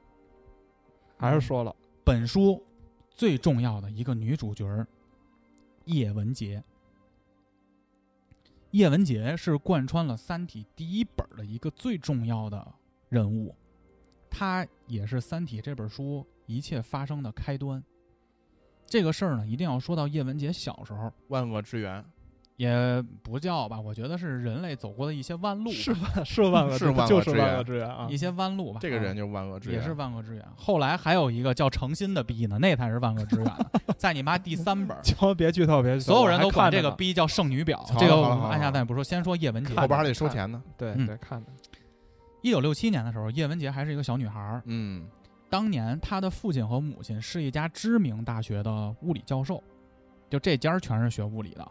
还是说了， 本书最重要的一个女主角儿叶文洁。叶文洁是贯穿了《三体》第一本儿的一个最重要的人物，她也是《三体》这本书一切发生的开端。这个事儿呢，一定要说到叶文洁小时候，万恶之源，也不叫吧，我觉得是人类走过的一些弯路吧，是万是万 恶之是万恶就是之万源恶之源啊，一！些弯路吧。这个啊人就是万恶之源，也是万恶之源。后来还有一个叫诚心的逼呢，那才是万恶之源呢，在你妈第三本儿千万别剧透，别剧透，所有我人还都管看这着个呢逼叫剩女婊好。这个了我好了们好按了下暂不说，先说叶文洁。后边还得收钱呢。对嗯对看着呢一九六七年的时候，叶文洁还是一个小女孩儿。嗯，当年她的父亲和母亲是一家知名大学的物理教授，就这家儿全是学物理的。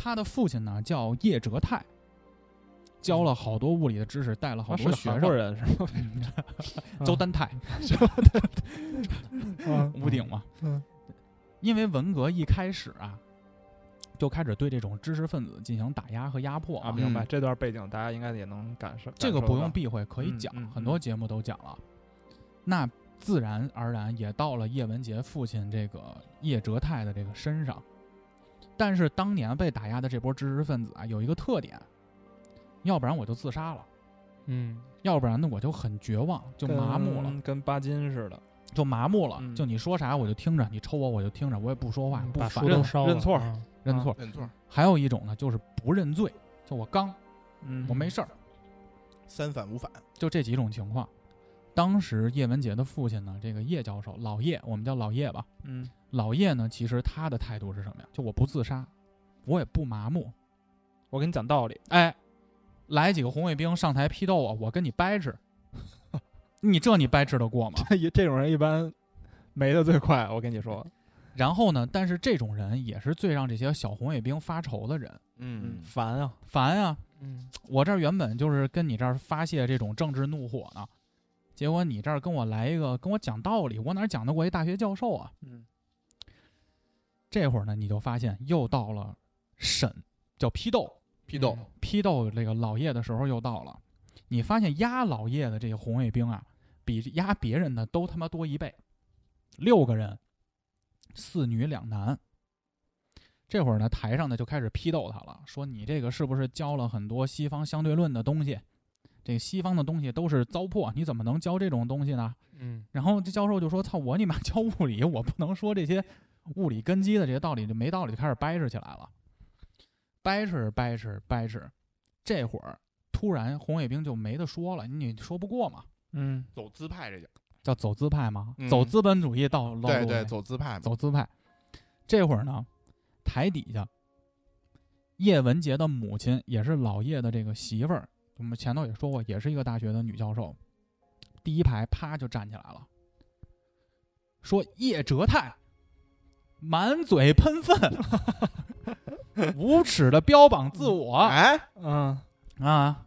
她的父亲呢叫叶哲泰，教了好多物理的知识，带了好啊多是学韩国生。人 是吗？ 周丹泰，啊屋顶嘛。嗯嗯因为文革一开始啊，就开始对这种知识分子进行打压和压迫啊，啊。明白嗯这段背景，大家应该也能感受。这个感受不用到避讳，可以嗯讲，嗯很多节目都讲了。那自然而然也到了叶文洁父亲这个叶哲泰的这个身上。但是当年被打压的这波知识分子啊，有一个特点，要不然我就自杀了， 嗯，要不然呢我就很绝望，就麻木了，跟，跟巴金似的，就麻木了。嗯就你说啥我就听着，你抽我我就听着，我也不说话，不把反书应都烧了，认错嗯认啊错。认错，还有一种呢，就是不认罪，就我刚，嗯，我没事儿，三反五反，就这几种情况。当时叶文洁的父亲呢，这个叶教授，老叶，我们叫老叶吧。嗯，老叶呢，其实他的态度是什么呀？就我不自杀，我也不麻木。我跟你讲道理，哎，来几个红卫兵上台批斗我，我跟你掰扯， 你这你掰扯得过吗？ 这这种人一般没的最快，我跟你说，然后呢，但是这种人也是最让这些小红卫兵发愁的人，嗯，烦啊，烦啊！嗯，我这儿原本就是跟你这儿发泄这种政治怒火呢，结果你这儿跟我来一个跟我讲道理，我哪儿讲得过一大学教授啊？嗯，这会儿呢，你就发现又到了审，叫批斗，批斗，批斗这个老叶的时候又到了。你发现压老叶的这个红卫兵啊，比压别人的都他妈多一倍，六个人，四女两男。这会儿呢，台上呢就开始批斗他了，说你这个是不是教了很多西方相对论的东西？这个西方的东西都是糟粕，你怎么能教这种东西呢？嗯，然后这教授就说：“操，我你妈教物理，我不能说这些物理根基的这些道理，就没道理，就开始掰扯起来了。掰扯掰扯掰扯，这会儿突然红卫兵就没得说了，你说不过嘛，嗯，走资派这叫，叫走资派嘛，嗯走资本主义道道路对对，呗走资派嘛，哎走资派。这会儿呢，台底下，叶文洁的母亲也是老叶的这个媳妇儿，我们前头也说过，也是一个大学的女教授。第一排啪就站起来了，说叶哲泰啊满嘴喷粪，无耻的标榜自我哎，嗯，啊，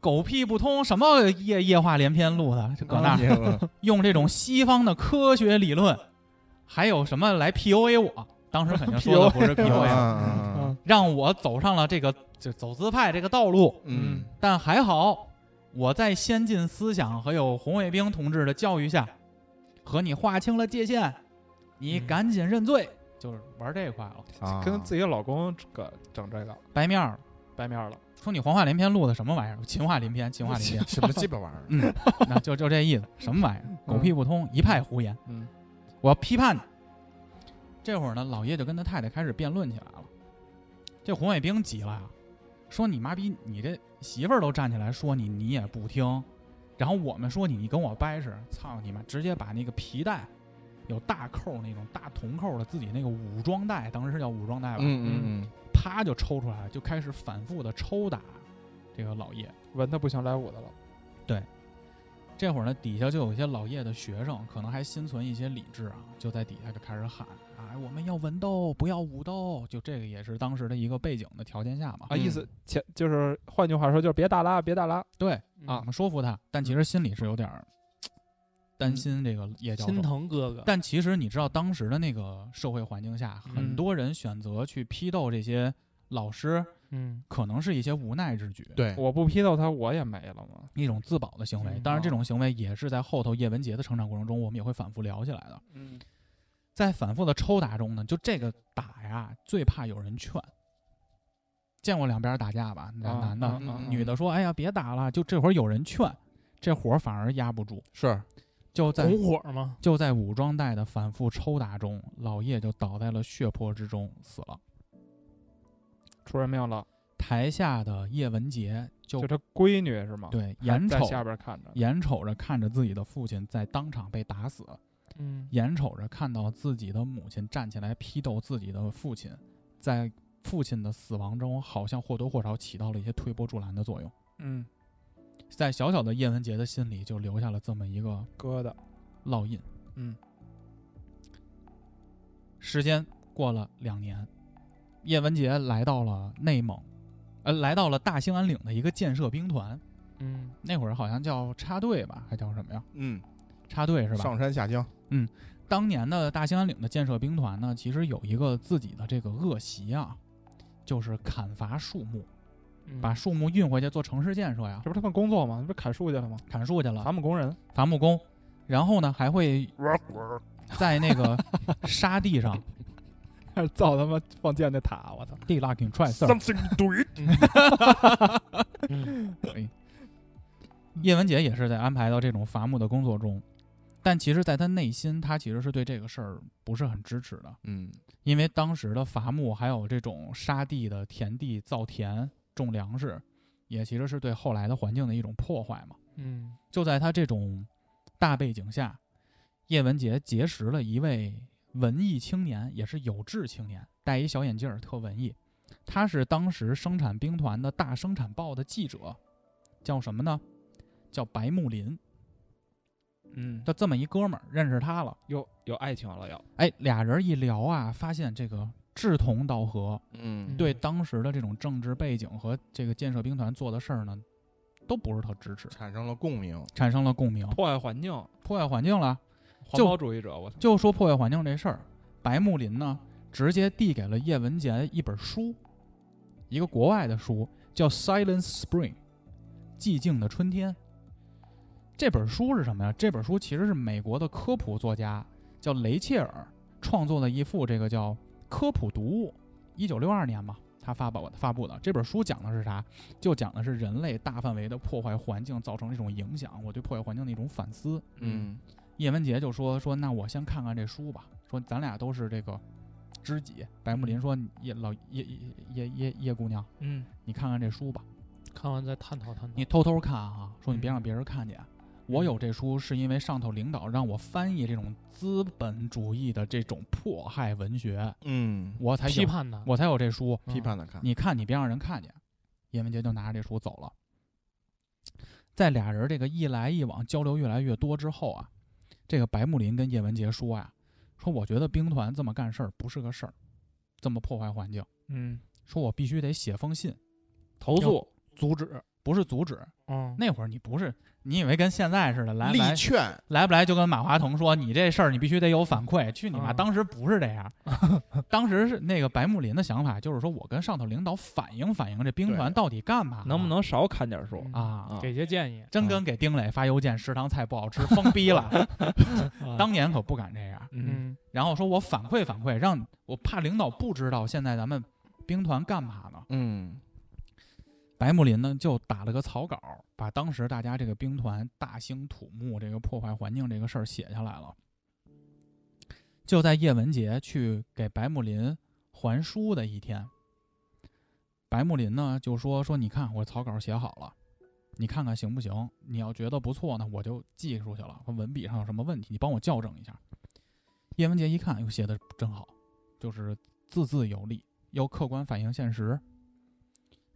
狗屁不通，什么夜夜话连篇录的，就搁那儿 儿，用这种西方的科学理论，还有什么来 PUA 我？当时肯定说的不是嗯 PUA，嗯让我走上了这个就走资派这个道路。嗯，但还好，我在先进思想还有红卫兵同志的教育下，和你划清了界限，你嗯赶紧认罪，就是玩这一块了。啊，跟自己老公整整这个白面儿白面了，说你黄话连篇录的什么玩意儿？ 秦话连篇，秦话连篇 什么鸡巴玩意儿？嗯，那就就这意思，什么玩意儿？狗屁不通，一派胡言。嗯，我要批判你。这会儿呢，老叶就跟他太太开始辩论起来了。这红卫兵急了呀，说你妈逼，你这媳妇儿都站起来说你，你也不听，然后我们说你，你跟我掰扯，操你妈！直接把那个皮带，有大扣那种大铜扣的自己那个武装带，当时是叫武装带吧，嗯嗯啪就抽出来了，就开始反复的抽打这个老叶。闻他不想来我的了，这会儿呢，底下就有一些老叶的学生，可能还心存一些理智啊，就在底下就开始喊啊，我们要文斗，不要武斗。就这个也是当时的一个背景的条件下嘛。哎嗯啊，意思前就是换句话说就是别打拉，别打拉，对，我啊，们说服他，但其实心里是有点儿担心这个叶教授心。疼哥哥，但其实你知道，当时的那个社会环境下，很嗯多人选择去批斗这些老师，嗯，可能是一些无奈之举，对，我不批斗他我也没了嘛，一种自保的行为。嗯当然，这种行为也是在后头叶文洁的成长过程中，我们也会反复聊起来的。嗯在反复的抽打中呢，就这个打呀，最怕有人劝。见过两边打架吧，男啊男的、啊嗯啊嗯女的说：“哎呀，别打了。”就这会儿有人劝，这火反而压不住，是就在拱火嘛，就在武装带的反复抽打中，老叶就倒在了血泊之中死了。出人命了，台下的叶文洁就就他闺女是吗？，对眼在瞅下边看着，眼瞅着看着自己的父亲在当场被打死，嗯，眼瞅着看到自己的母亲站起来批斗自己的父亲，在父亲的死亡中好像或多或少起到了一些推波助澜的作用，嗯，在小小的叶文洁的心里就留下了这么一个疙瘩，烙印。嗯，时间过了两年，叶文洁来到了内蒙，呃，来到了大兴安岭的一个建设兵团。嗯，那会儿好像叫插队吧，还叫什么呀？嗯，插队是吧？上山下乡，当年的大兴安岭的建设兵团呢，其实有一个自己的这个恶习啊，就是砍伐树木，嗯把树木运回去做城市建设呀这，不是他们工作吗？这不是砍树去了吗？砍树去了，伐木 工人，伐木工，然后呢还会在那 个沙地上开始造他妈放箭那塔，我操！地 locking try s i r something do it，嗯叶文洁也是在安排到这种伐木的工作中，但其实，在他内心，他其实是对这个事儿不是很支持的，嗯，因为当时的伐木还有这种沙地的田地造田种粮食，也其实是对后来的环境的一种破坏嘛。嗯就在他这种大背景下，叶文洁结识了一位文艺青年，也是有志青年，戴一小眼镜儿，特文艺。他是当时生产兵团的大生产报的记者，叫什么呢？叫白木林。嗯，就这么一哥们儿认识他了，有有爱情了要，哎，俩人一聊啊，发现这个志同道合，嗯，对当时的这种政治背景和这个建设兵团做的事儿呢，都不是特支持，产生了共鸣，产生了共鸣，破坏环境，破坏环境了。环就保主义者，我操！就说破坏环境这事儿，白木林呢直接递给了叶文洁一本书，一个国外的书，叫《Silent Spring》，寂静的春天。这本书是什么呀？这本书其实是美国的科普作家叫雷切尔创作的一副这个叫《科普读物》，一九六二年嘛，他发表发布的这本书讲的是啥？就讲的是人类大范围的破坏环境造成的一种影响，我对破坏环境的一种反思。嗯叶文洁就说说那我先看看这书吧，说咱俩都是这个知己。白嗯木林说你叶老叶叶叶叶叶姑娘，嗯，你看看这书吧，嗯看完再探讨探讨你，偷偷看啊，说你别嗯让别人看见。我有这书是因为上头领导让我翻译这种资本主义的这种迫害文学，嗯，我才有批，判他，我才有这书。嗯批判的看，你看你别让人看见。叶文洁就拿着这书走了。在俩人这个一来一往交流越来越多之后啊，这个白木林跟叶文洁说啊，说我觉得兵团这么干事儿不是个事儿，这么破坏环境，嗯，说我必须得写封信投诉，阻止，不是阻止。嗯，那会儿你不是你以为跟现在似的来不力来劝，来不来就跟马化腾说你这事儿你必须得有反馈，去啊你妈！嗯当时不是这 样，当时是那个白木林的想法就是说我跟上头领导反映反映这兵团对到底干嘛，能不能少砍点树？嗯啊？给些建议，真跟给丁磊发邮件，食堂菜不好吃，封逼了。当年可不敢这样。嗯嗯然后说我反馈反馈，让我怕领导不知道现在咱们兵团干嘛呢？嗯白木林呢就打了个草稿，把当时大家这个兵团大兴土木、这个破坏环境这个事儿写下来了。就在叶文洁去给白木林还书的一天，白木林呢就说：“说你看我草稿写好了，你看看行不行？你要觉得不错呢，我就寄出去了。文笔上有什么问题，你帮我校正一下。”叶文洁一看，哟，写的真好，就是字字有力，又客观反映现实。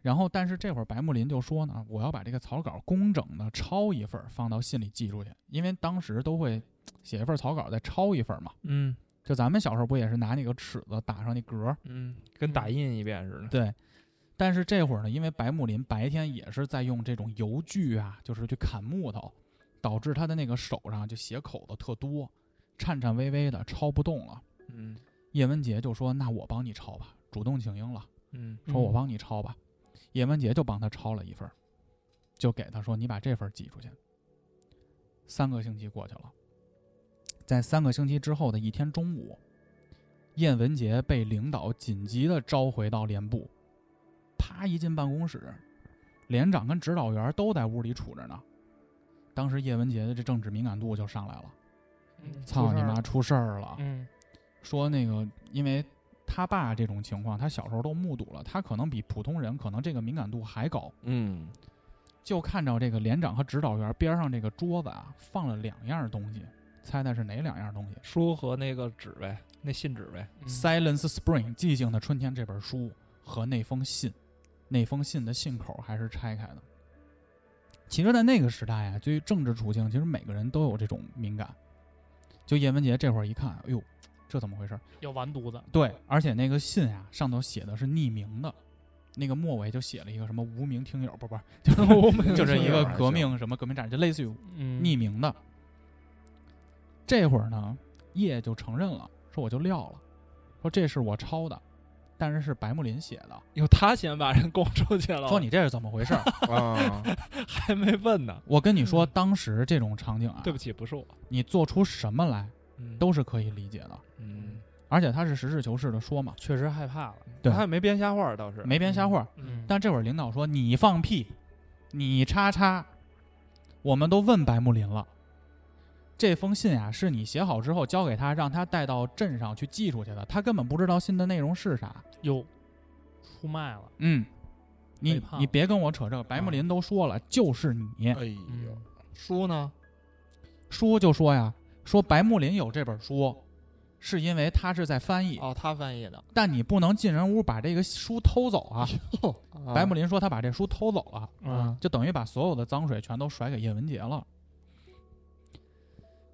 然后，但是这会儿白木林就说呢，啊我要把这个草稿工整的抄一份儿放到信里寄出去，因为当时都会写一份草稿再抄一份儿嘛。嗯就咱们小时候不也是拿那个尺子打上那格儿？嗯，跟打印一遍似的。对。但是这会儿呢，因为白木林白天也是在用这种油锯啊，就是去砍木头，导致他的那个手上就血口子特多，颤颤巍巍的抄不动了。嗯叶文洁就说：“那我帮你抄吧，主动请缨了。”嗯说我帮你抄吧。叶文洁就帮他抄了一份儿，就给他说你把这份儿寄出去。三个星期过去了，在三个星期之后的一天中午，叶文洁被领导紧急的召回到连部，啪一进办公室，连长跟指导员都在屋里杵着呢。当时叶文洁的这政治敏感度就上来了，嗯操你，出事儿妈了出事儿了！嗯说那个因为他爸这种情况，他小时候都目睹了，他可能比普通人可能这个敏感度还高。嗯，就看着这个连长和指导员边上这个桌子啊，放了两样东西，猜猜是哪两样东西书和那个纸呗，那信纸呗。嗯？Silence Spring，寂静的春天这本书和那封信，那封信的信口还是拆开的。其实，在那个时代啊，对于政治处境，其实每个人都有这种敏感。就叶文洁这会儿一看，哎呦，这怎么回事？要完犊子，对，而且那个信啊，上头写的是匿名的，那个末尾就写了一个什么无名听友，不不，就是 就是一个革命什么革命战士，就类似于嗯，匿名的。这会儿呢，叶就承认了，说我就撂了，说这是我抄的，但是是白木林写的，有他先把人供出去哦了，说你这是怎么回事儿？啊，还没问呢。我跟你说，当时这种场景啊对，不起，不是我。你做出什么来嗯都是可以理解的，嗯，而且他是实事求是的说嘛，确实害怕了，对他也没编瞎话，倒是没编瞎话。嗯，但这会儿领导说你放屁，你叉叉，我们都问白木林了。这封信啊，是你写好之后交给他，让他带到镇上去寄出去的。他根本不知道信的内容是啥。又出卖了，嗯，你背叛你了别跟我扯这个，白木林都说了，就是你。哎呦，嗯，书呢？书就说呀，说白木林有这本书，是因为他是在翻译，哦，他翻译的。但你不能进人屋把这个书偷走啊。白木林说他把这书偷走了，嗯，就等于把所有的脏水全都甩给叶文洁了。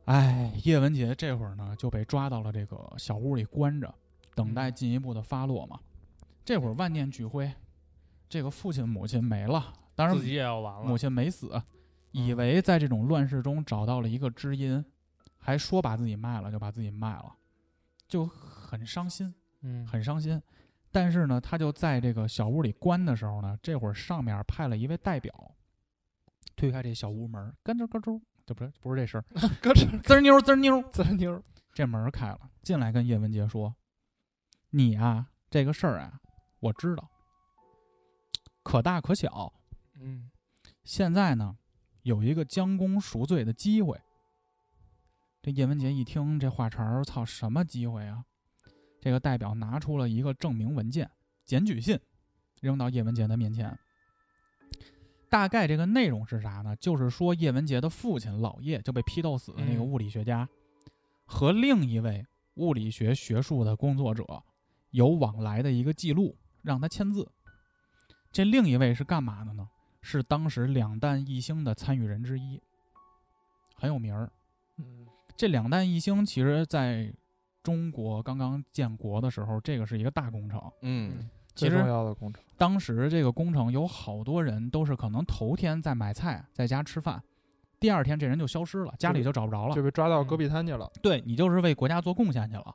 哎，叶文洁这会儿呢就被抓到了这个小屋里关着，等嗯待进一步的发落嘛。这会儿万念俱灰，这个父亲母亲没了，当然自己也要完了嗯母，亲没死，以为在这种乱世中找到了一个知音，还说把自己卖了就把自己卖了，就很伤心，嗯，很伤心。但是呢，他就在这个小屋里关的时候呢，这会儿上面派了一位代表，推开这小屋门，咯吱咯吱，这不是不是这事儿， 咯吱滋儿妞儿滋儿妞儿，滋妞。这门儿开了，进来跟叶文洁说：“你啊，这个事儿啊，我知道，可大可小，嗯，现在呢，有一个将功赎罪的机会。这叶文洁一听这话茬儿，操，什么机会啊？这个代表拿出了一个证明文件、检举信，扔到叶文洁的面前。大概这个内容是啥呢？就是说叶文洁的父亲老叶就被批斗死的那个嗯物理学家，和另一位物理学学术的工作者有往来的一个记录，让他签字。这另一位是干嘛的呢？是当时两弹一星的参与人之一，很有名儿。嗯这两弹一星其实在中国刚刚建国的时候，这个是一个大工程。嗯其最重实要的工程。当时这个工程有好多人都是可能头天在买菜，在家吃饭，第二天这人就消失了，家里就找不着了就。被抓到戈壁滩去了。对你就是为国家做贡献去了，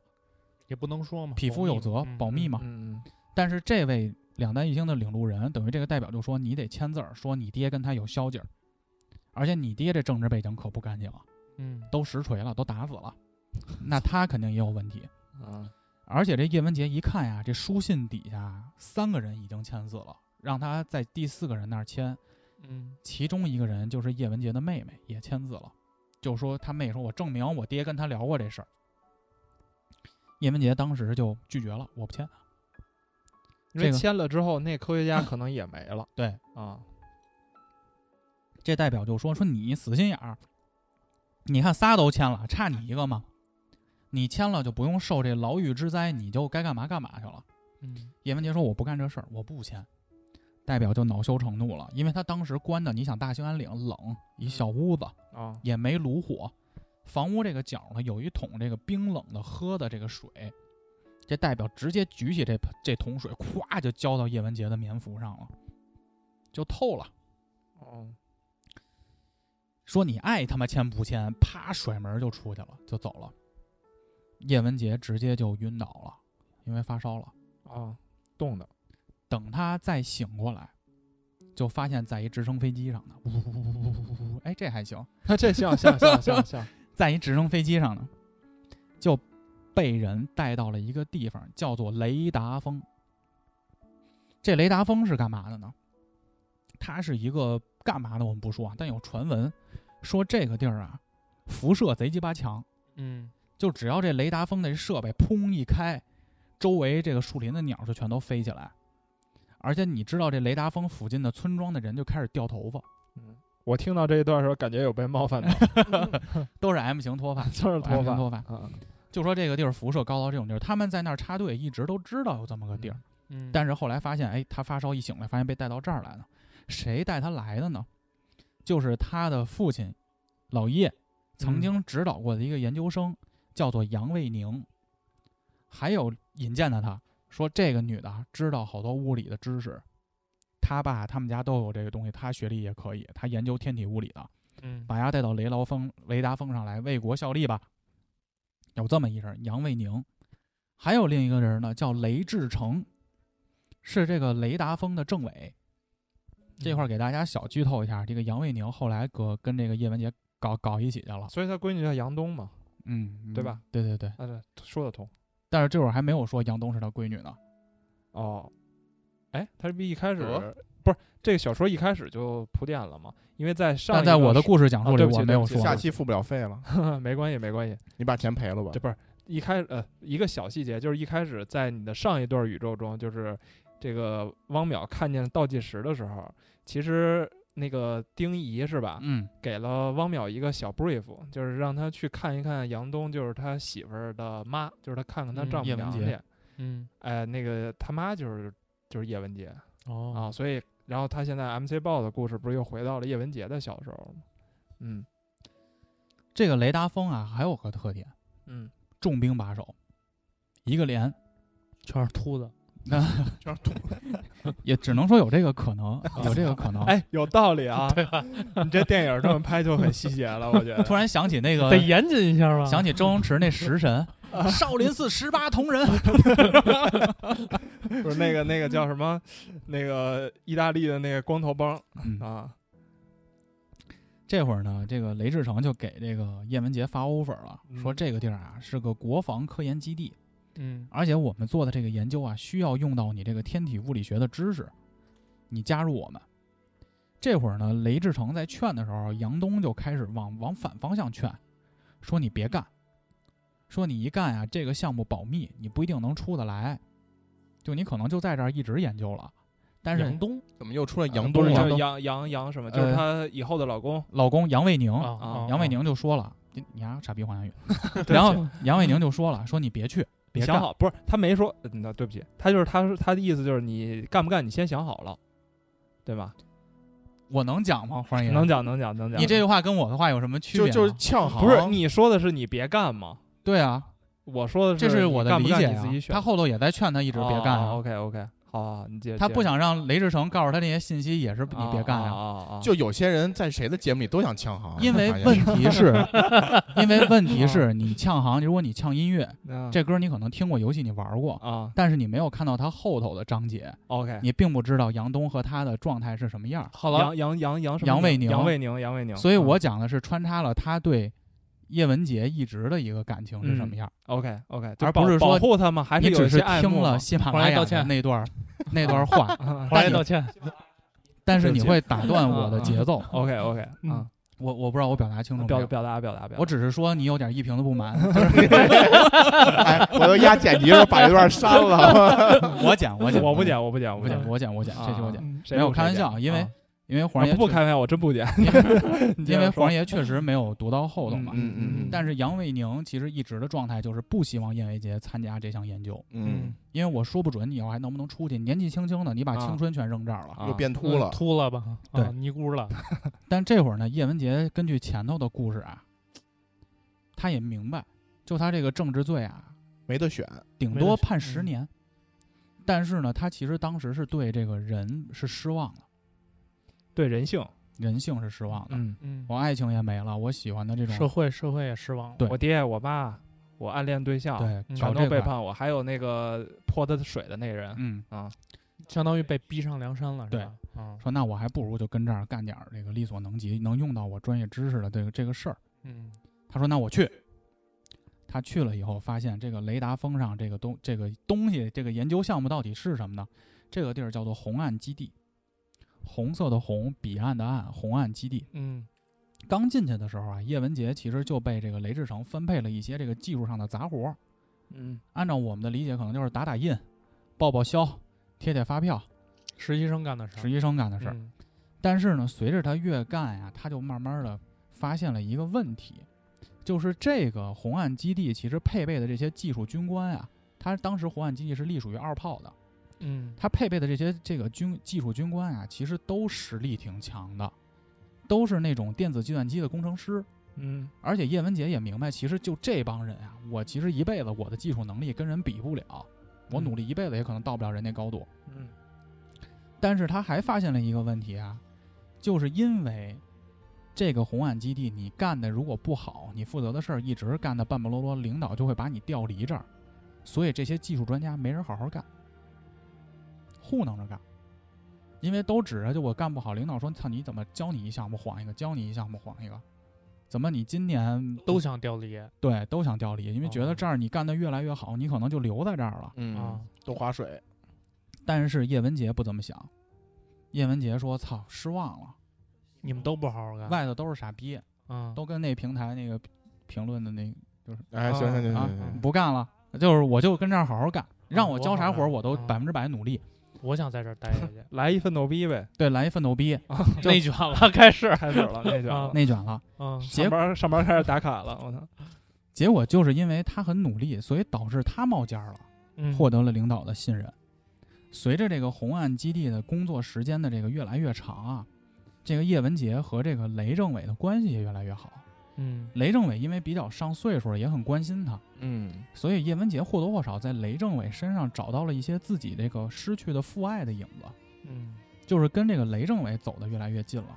也不能说嘛，匹夫有责，保密嘛，嘛。嗯，但是这位两弹一星的领路人，等于这个代表就说你得签字儿，说你爹跟他有交集儿，而且你爹这政治背景可不干净啊。嗯，都实锤了，都打死了，那他肯定也有问题。啊，而且这叶文洁一看呀，这书信底下三个人已经签字了，让他在第四个人那儿签，嗯，其中一个人就是叶文洁的妹妹也签字了，就说他妹说我证明我爹跟他聊过这事儿。叶文洁当时就拒绝了，我不签。因为这个签了之后，那科学家可能也没了。对啊，这代表就说说你死心眼儿，你看仨都签了，差你一个吗？你签了就不用受这牢狱之灾，你就该干嘛干嘛去了。嗯，叶文洁说：“我不干这事儿，我不签。”代表就恼羞成怒了，因为他当时关的，你想大兴安岭冷，一小屋子啊，也没炉火，房屋这个角呢有一桶这个冰冷的喝的这个水，这代表直接举起这盆这桶水，咵就浇到叶文洁的棉服上了，就透了。哦，说你爱他妈签不签，啪甩门就出去了，就走了。叶文洁直接就晕倒了，因为发烧了。啊，动的。等他再醒过来，就发现在一直升飞机上呢，呜呜呜呜呜呜，哎，这还行，那这像像像像像，在一直升飞机上呢，就被人带到了一个地方，叫做雷达峰。这雷达峰是干嘛的呢？它是一个干嘛的我们不说啊，但有传闻说这个地儿啊，辐射贼鸡巴强，嗯，就只要这雷达峰那设备砰一开，周围这个树林的鸟就全都飞起来，而且你知道这雷达峰附近的村庄的人就开始掉头发，嗯，我听到这一段的时候，感觉有被冒 犯到，都是 M 型脱发，就是 M 脱型发，脱发，啊，就说这个地儿辐射高到这种地儿，他们在那儿插队一直都知道有这么个地儿，嗯，但是后来发现，哎，他发烧一醒来，发现被带到这儿来了，谁带他来的呢？就是他的父亲老叶曾经指导过的一个研究生，叫做杨卫宁，还有引荐的他说这个女的啊知道好多物理的知识，他爸他们家都有这个东西，他学历也可以，他研究天体物理的，嗯把丫带到雷劳峰、雷达峰上来为国效力吧。有这么一人，杨卫宁，还有另一个人呢，叫雷志成，是这个雷达峰的政委。嗯这块儿给大家小剧透一下，这个杨卫宁后来搁跟这个叶文洁搞搞一起去了，所以他闺女叫杨东嘛，嗯，对吧嗯？对对对，啊，对，说得通。但是这会儿还没有说杨东是他闺女呢。哦，哎，他是不是一开始得不是这个小说一开始就铺垫了嘛？因为在上但一在个我的是故事讲述啊里，对不起我没有对不起说下过。期付不了费了， 没关系，没关系。你把钱赔了吧这。不是一开呃一个小细节，就是一开始在你的上一段宇宙中，就是这个汪淼看见倒计时的时候，其实那个丁仪是吧，嗯，给了汪淼一个小 brief，就是让他去看一看杨东，就是他媳妇儿的妈，就是他看看他嗯丈母叶文娘洁去，嗯哎，那个他妈就是就是叶文洁，哦啊，所以然后他现在 MC 豹的故事不是又回到了叶文洁的小时候吗？嗯这个雷达峰啊，还有个特点，嗯，重兵把守，一个连，全是秃子，这是也只能说有这个可能，有这个可能。哎，有道理啊，对吧？你这电影这么拍就很细节了，我觉 得。突然想起那个得严谨一啊下吧。呃想起周星驰那食神，少林寺十八铜人，不是那个那个叫什么，那个意大利的那个光头帮嗯，啊，这会儿呢，这个雷志成就给这个叶文洁发 offer 了，嗯说这个地儿啊是个国防科研基地，嗯而且我们做的这个研究啊需要用到你这个天体物理学的知识，你加入我们。这会儿呢，雷志成在劝的时候，杨东就开始往往反方向劝，说你别干，说你一干啊，这个项目保密，你不一定能出得来，就你可能就在这儿一直研究了，但是杨东 怎么又出来啊杨不东是杨？了叫杨杨杨什么，就是呃她以后的老公。老公杨卫宁，啊，杨卫宁宁就说了：“你你丫傻逼黄洋宇。”然后杨卫宁就说了：“说你别去，你别想干。好不是？他没说，嗯那对不起，他就是他他的意思就是你干不干，你先想好了，对吧？”我能讲吗，黄洋能宇？讲能讲能讲。你这句话跟我的话有什么区别就吗？就是呛行，不是你说的是你别干吗？对啊，我说的这是是我你的干理不干解你啊自己。选他后头也在劝他一一直别干啊。 OK OK，好啊，你接着他不接着想让雷志成告诉他这些信息，也是你别干啊呀、啊啊！啊就有些人在谁的节目里都想呛行，啊哎因为发现问题是，因为问题是你呛行，如果你呛音乐，啊这歌你可能听过，游戏你玩过，啊但是你没有看到它后头的章节， OK，你并不知道杨东和他的状态是什么样儿。好了，杨杨杨杨什么杨卫宁杨卫宁杨卫宁，所以我讲的是穿插了他对叶文洁一直的一个感情是什么样儿， OK OK，就而保不是说保护他吗？还你有只一是些爱听慕吗了喜马后拉来雅道的歉那段儿那段儿话，啊黄爷道歉。但是对不你起会打断我的节奏。 OK OK 啊，我我不知道我表达清楚没表有，表达表达表达，我只是说你有点一瓶子不满， 哎，我都压剪辑时候把这段删了。我讲我讲我不，剪我不剪我不我剪讲，我讲我讲，啊这期我讲，嗯谁没有不开玩谁剪笑，因为啊因为黄啊爷不确开玩笑，我真不剪，你接因为着说黄爷确实没有读到后头嘛。嗯嗯但是杨卫宁其实一直的状态就是不希望叶维洁参加这项研究，嗯，因为我说不准你以后还能不能出去。年纪轻轻的，你把啊青春全扔这儿了，啊又变秃了。嗯秃了吧？对啊尼姑了。但这会儿呢，叶文洁根据前头的故事啊，他也明白，就他这个政治罪啊，没得选，顶没多得选嗯判十年。但是呢，他其实当时是对这个人是失望了，对人性，人性是失望的。嗯，嗯，我爱情也没了，我喜欢的这社种会社会也失望了。对我爹我妈我暗恋对象对嗯搞全这都块，背叛我，还有那个泼他水的那人嗯，啊，相当于被逼上梁山了，是对吧？啊，说那我还不如就跟这儿干点儿这个力所能及、能用到我专业知识的这个这个事儿。嗯，他说那我去。他去了以后，发现这个雷达峰上这个东这个东西这个研究项目到底是什么呢？这个地儿叫做红岸基地，红色的红，彼岸的岸，红岸基地。嗯，刚进去的时候啊，叶文洁其实就被这个雷志成分配了一些这个技术上的杂活儿，嗯按照我们的理解，可能就是打打印、报报销、贴贴发票，实习生干的事儿实。习生干的事儿。嗯但是呢，随着他越干呀、他就慢慢的发现了一个问题，就是这个红岸基地其实配备的这些技术军官啊，他当时红岸基地是隶属于二炮的，嗯他配备的这些这个军技术军官啊，其实都实力挺强的，都是那种电子计算机的工程师。嗯而且叶文洁也明白，其实就这帮人啊，我其实一辈子我的技术能力跟人比不了，我嗯努力一辈子也可能到不了人家高度。嗯，但是他还发现了一个问题啊，就是因为这个红岸基地，你干的如果不好，你负责的事儿一直干的半不落落，领导就会把你调离这儿，所以这些技术专家没人好好干，糊弄着干，因为都指着就我干不好，领导说操你怎么教你一项目晃一个，教你一项目晃一个，怎么你今年都想调离啊，对都想调离，因为觉得哦这儿你干的越来越好，你可能就留在这儿了。啊嗯，都划水，但是叶文洁不这么想，叶文洁说操失望了。你们都不好好干，外头都是傻逼，嗯，都跟那平台那个评论的那哎，行行行啊行行，不干了，就是我就跟这儿好好干，让我我交啊好啥活儿干我都嗯百分之百努力。我想在这儿待下去来一奋斗逼呗，对，来一奋斗逼，就啊内卷了，开始，开始了那就啊内卷了。嗯结上班上班开始打卡了，我操，结果就是因为他很努力，所以导致他冒尖儿了，嗯，获得了领导的信任。随着这个红岸基地的工作时间的这个越来越长啊，这个叶文洁和这个雷政委的关系也越来越好。嗯雷政委因为比较上岁数了，也很关心他，嗯所以叶文洁或多或少在雷政委身上找到了一些自己这个失去的父爱的影子，嗯就是跟这个雷政委走得越来越近了。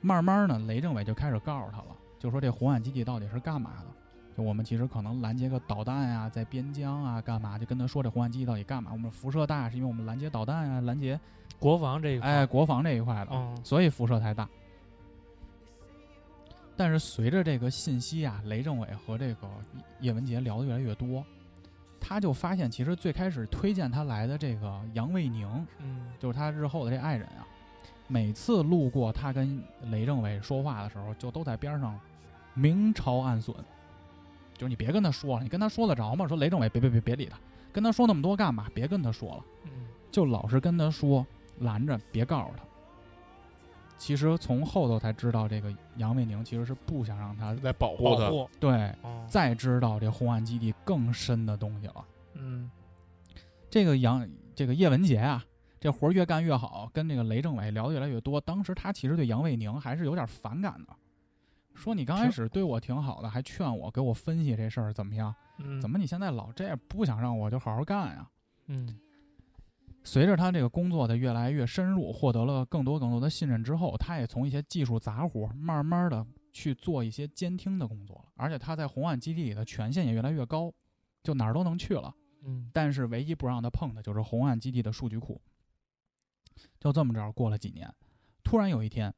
慢慢呢，雷政委就开始告诉他了，就说这红岸基地到底是干嘛的？就我们其实可能拦截个导弹啊，在边疆啊干嘛？就跟他说这红岸基地到底干嘛？我们辐射大，是因为我们拦截导弹啊，拦截国防这一块，哎国防这一块的。嗯所以辐射才大。但是随着这个信息啊，雷政委和这个叶文洁聊得越来越多，他就发现，其实最开始推荐他来的这个杨卫宁，嗯就是他日后的这爱人啊，每次路过他跟雷政委说话的时候，就都在边上明嘲暗损，就是你别跟他说了，你跟他说得着吗？说雷政委别别别别理他，跟他说那么多干嘛？别跟他说了。嗯就老是跟他说拦着，别告诉他。其实从后头才知道，这个杨卫宁其实是不想让他在保保护他，护，对嗯再知道这红岸基地更深的东西了。嗯这个杨这个叶文洁啊，这活儿越干越好，跟这个雷政委聊得越来越多。当时他其实对杨卫宁还是有点反感的，说你刚开始对我挺好的，还劝我给我分析这事儿怎么样？嗯，怎么你现在老这样不想让我就好好干呀、嗯随着他这个工作的越来越深入，获得了更多更多的信任之后，他也从一些技术杂活儿慢慢的去做一些监听的工作了。而且他在红岸基地里的权限也越来越高，就哪儿都能去了。嗯但是唯一不让他碰的就是红岸基地的数据库。就这么着过了几年，突然有一天，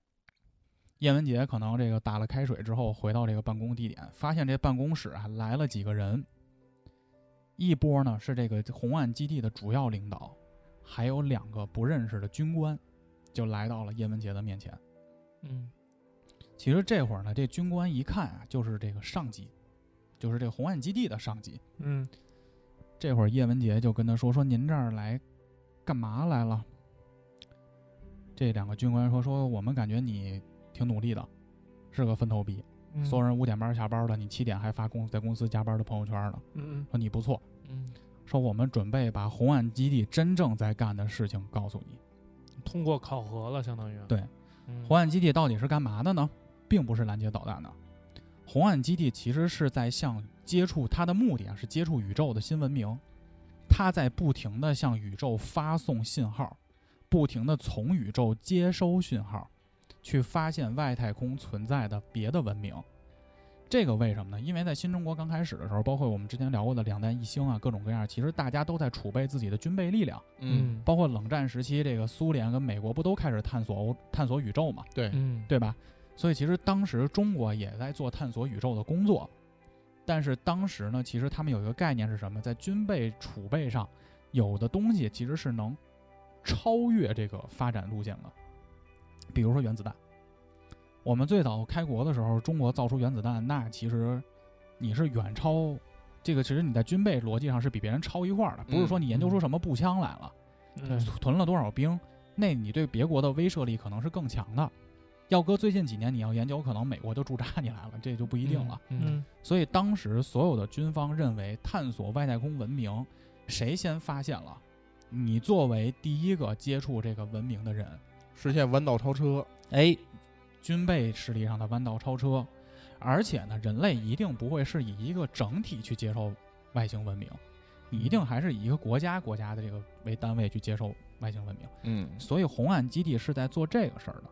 叶文洁可能这个打了开水之后，回到这个办公地点，发现这办公室啊来了几个人，一波呢是这个红岸基地的主要领导，还有两个不认识的军官，就来到了叶文洁的面前。嗯其实这会儿呢，这军官一看啊，就是这个上级，就是这个红岸基地的上级。嗯这会儿叶文洁就跟他说：“说您这儿来干嘛来了？”这两个军官说：“说我们感觉你挺努力的，是个分头逼，嗯，所有人五点半下班了，你七点还发公在公司加班的朋友圈呢，嗯说你不错。嗯，说我们准备把红岸基地真正在干的事情告诉你。通过考核了，相当于对嗯红岸基地到底是干嘛的呢？并不是拦截导弹的，红岸基地其实是在向接触它的目的啊，是接触宇宙的新文明，它在不停的向宇宙发送信号，不停的从宇宙接收信号，去发现外太空存在的别的文明。这个为什么呢？因为在新中国刚开始的时候，包括我们之前聊过的两弹一星啊，各种各样，其实大家都在储备自己的军备力量，嗯，嗯包括冷战时期，这个苏联跟美国不都开始探索欧探索宇宙嘛？对，嗯对吧？所以其实当时中国也在做探索宇宙的工作，但是当时呢，其实他们有一个概念是什么？在军备储备上，有的东西其实是能超越这个发展路线的，比如说原子弹。我们最早开国的时候，中国造出原子弹，那其实你是远超这个其实你在军备逻辑上是比别人超一块儿的，不是说你研究出什么步枪来了，对嗯囤了多少兵，那你对别国的威慑力可能是更强的。要搁最近几年，你要研究，可能美国就驻扎你来了，这就不一定了。嗯，所以当时所有的军方认为，探索外太空文明，谁先发现了，你作为第一个接触这个文明的人，实现弯道超车，哎，军备实力上的弯道超车，而且呢，人类一定不会是以一个整体去接受外星文明，你一定还是以一个国家国家的这个为单位去接受外星文明。嗯所以红岸基地是在做这个事儿的。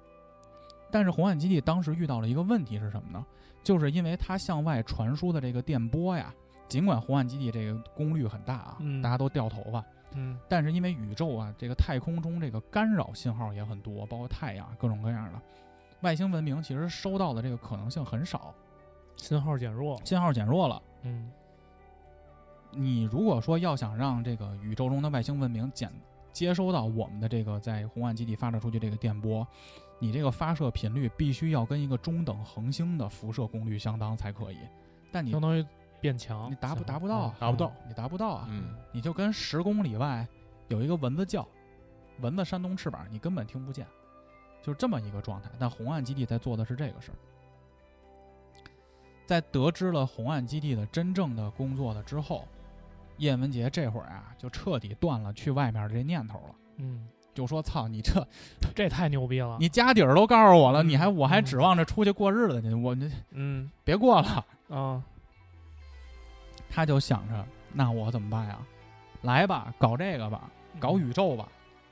但是红岸基地当时遇到了一个问题是什么呢？就是因为它向外传输的这个电波呀，尽管红岸基地这个功率很大啊，嗯大家都掉头发，嗯但是因为宇宙啊，这个太空中这个干扰信号也很多，包括太阳啊各种各样的，外星文明其实收到的这个可能性很少，嗯信号减弱，信号减弱了。嗯你如果说要想让这个宇宙中的外星文明减接收到我们的这个在红岸基地发射出去这个电波，你这个发射频率必须要跟一个中等恒星的辐射功率相当才可以。但你相当于变强，你达不信号达不到啊嗯达不到你达不到啊，嗯，你就跟十公里外有一个蚊子叫，蚊子扇动翅膀，你根本听不见，就是这么一个状态。但红岸基地在做的是这个事儿。在得知了红岸基地的真正的工作了之后，叶文洁这会儿啊就彻底断了去外面的这念头了，嗯，就说：“操，你这这太牛逼了，你家底儿都告诉我了，嗯你还我还嗯指望着出去过日子呢，我你嗯别过了。”啊他就想着，那我怎么办呀？来吧，搞这个吧，搞宇宙吧。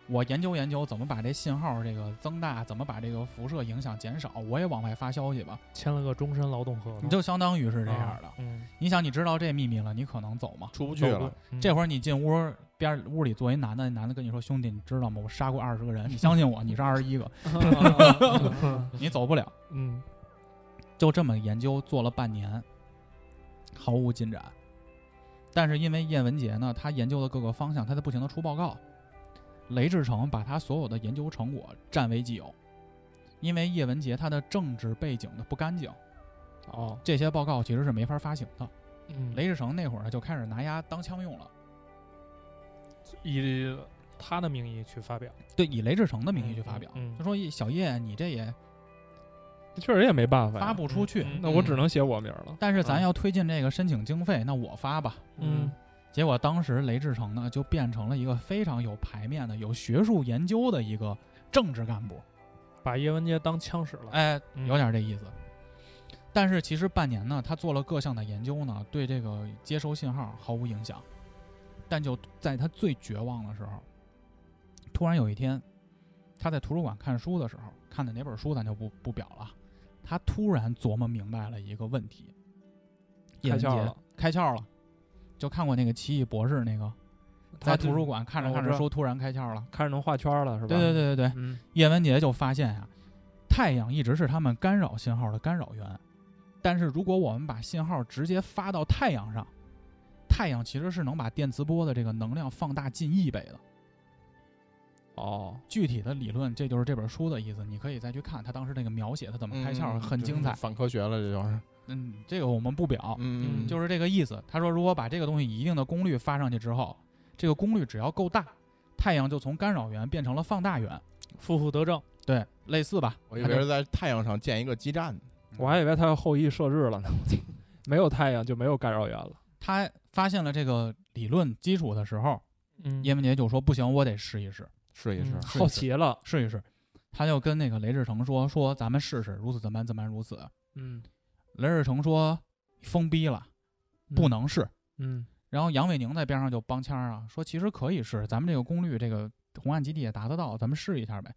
我研究研究怎么把这信号这个增大，怎么把这个辐射影响减少，我也往外发消息吧。嗯签了个终身劳动合同，你就相当于是这样的。嗯，你想，你知道这秘密了，你可能走吗？出不去走了路，，嗯这会儿你进屋边儿屋里坐一男的，男的跟你说：“兄弟，你知道吗？我杀过二十个人，你相信我，你是二十一个，嗯 你走不了。”嗯就这么研究做了半年，毫无进展。但是因为叶文洁呢，他研究的各个方向，他在不停的出报告。雷志成把他所有的研究成果占为己有，因为叶文洁他的政治背景的不干净，哦这些报告其实是没法发行的。嗯，雷志成那会儿就开始拿丫当枪用了，以他的名义去发表，对，以雷志成的名义去发表，嗯嗯嗯他说：“小叶，你这也确实也没办法呀发不出去，嗯那我只能写我名儿了但是咱要推进这个申请经费，那我发吧。”嗯结果当时雷志成呢，就变成了一个非常有牌面的、有学术研究的一个政治干部，把叶文洁当枪使了，哎，嗯有点这意思。但是其实半年呢，他做了各项的研究呢，对这个接收信号毫无影响。但就在他最绝望的时候，突然有一天，他在图书馆看书的时候，看的哪本书咱就不不表了。他突然琢磨明白了一个问题，叶文开窍洁了，开窍了，就看过那个《奇异博士》那个，在图书馆馆看着哦看我着知道书，突然开窍了。开始能画圈了是吧？对对对对对，嗯叶文洁就发现呀、太阳一直是他们干扰信号的干扰源，但是如果我们把信号直接发到太阳上，太阳其实是能把电磁波的这个能量放大近一倍的。哦具体的理论，这就是这本书的意思，你可以再去看他当时那个描写，他怎么开嗯嗯窍，很精彩。哦反科学了，这就是，嗯，这个我们不表，嗯嗯就是这个意思。他说，如果把这个东西以一定的功率发上去之后，这个功率只要够大，太阳就从干扰源变成了放大源。负负得正，对，类似吧。我以他为嗯就是在太阳上建一个基站呢，我还以为他要后羿射日了呢， 我操没有太阳就没有干扰源了。他发现了这个理论基础的时候，嗯，叶文洁就说：“不行，我得试一试，试一试嗯，是好奇了，试一试。”他就跟那个雷志成说：“说咱们试试，如此怎般怎般如此。嗯，”雷志成说：“疯逼了，不能试。嗯，然后杨伟宁在边上就帮腔儿啊，说：“其实可以试，咱们这个功率，这个红岸基地也达得到，咱们试一下呗。”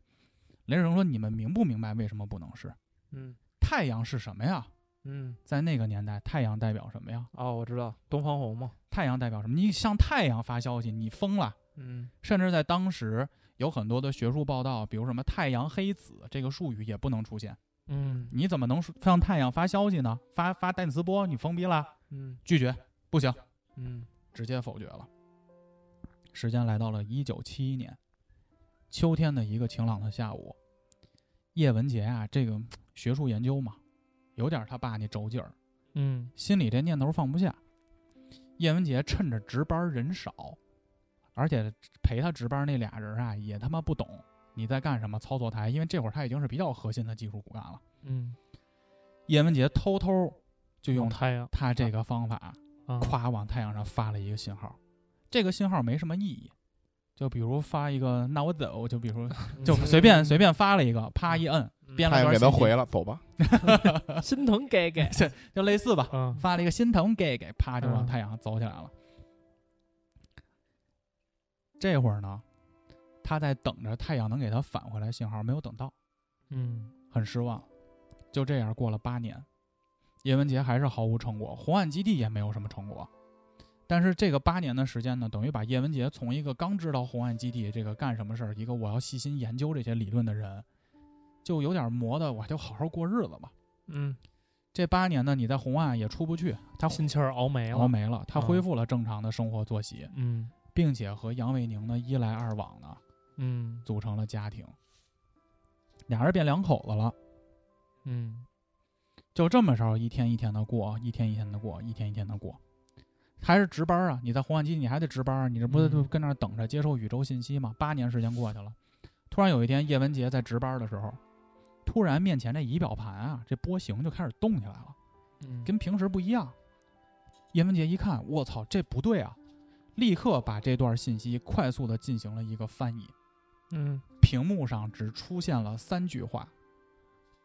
雷志成说：“你们明不明白为什么不能试？嗯太阳是什么呀？嗯，在那个年代，太阳代表什么呀？哦，我知道东方红嘛，太阳代表什么？你向太阳发消息，你疯了！嗯甚至在当时有很多的学术报道，比如什么“太阳黑子”这个术语也不能出现。嗯你怎么能说向太阳发消息呢？发发电磁波，你疯逼啦！嗯拒绝，不行，嗯直接否决了。时间来到了一九七一年秋天的一个晴朗的下午，叶文洁啊，这个学术研究嘛，有点他爸那轴劲儿，嗯心里这念头放不下。叶文洁趁着值班人少，而且陪他值班那俩人啊也他妈不懂你在干什么操作台，因为这会儿他已经是比较核心的技术骨干了。嗯，叶文洁偷偷就用太阳他这个方法，啊，夸往太阳上发了一个信号，这个信号没什么意义，就比如发一个“那我走”，就比如嗯就随便随便发了一个，啪一摁，编了太阳段给他信息回了，走吧。心疼给给，就类似吧，啊，发了一个心疼给给，啪就往嗯太阳走起来了。这会儿呢，他在等着太阳能给他返回来信号，没有等到，嗯很失望。就这样过了八年，叶文洁还是毫无成果，红岸基地也没有什么成果。但是这个八年的时间呢，等于把叶文洁从一个刚知道红岸基地这个干什么事儿，一个我要细心研究这些理论的人，就有点磨的，我就好好过日子吧。嗯这八年呢，你在红岸也出不去，他心气儿熬没熬了，没了，他嗯恢复了正常的生活作息，嗯并且和杨卫宁呢一来二往呢嗯组成了家庭，俩人变两口子了。嗯就这么着，一天一天的过，一天一天的过，一天一天的过，还是值班啊！你在红岸基地你还得值班啊，你这不嗯就跟那儿等着接受宇宙信息吗？八年时间过去了，突然有一天，叶文洁在值班的时候，突然面前这仪表盘啊，这波形就开始动起来了。嗯，跟平时不一样。叶文洁一看，我操，这不对啊！立刻把这段信息快速的进行了一个翻译，嗯屏幕上只出现了三句话：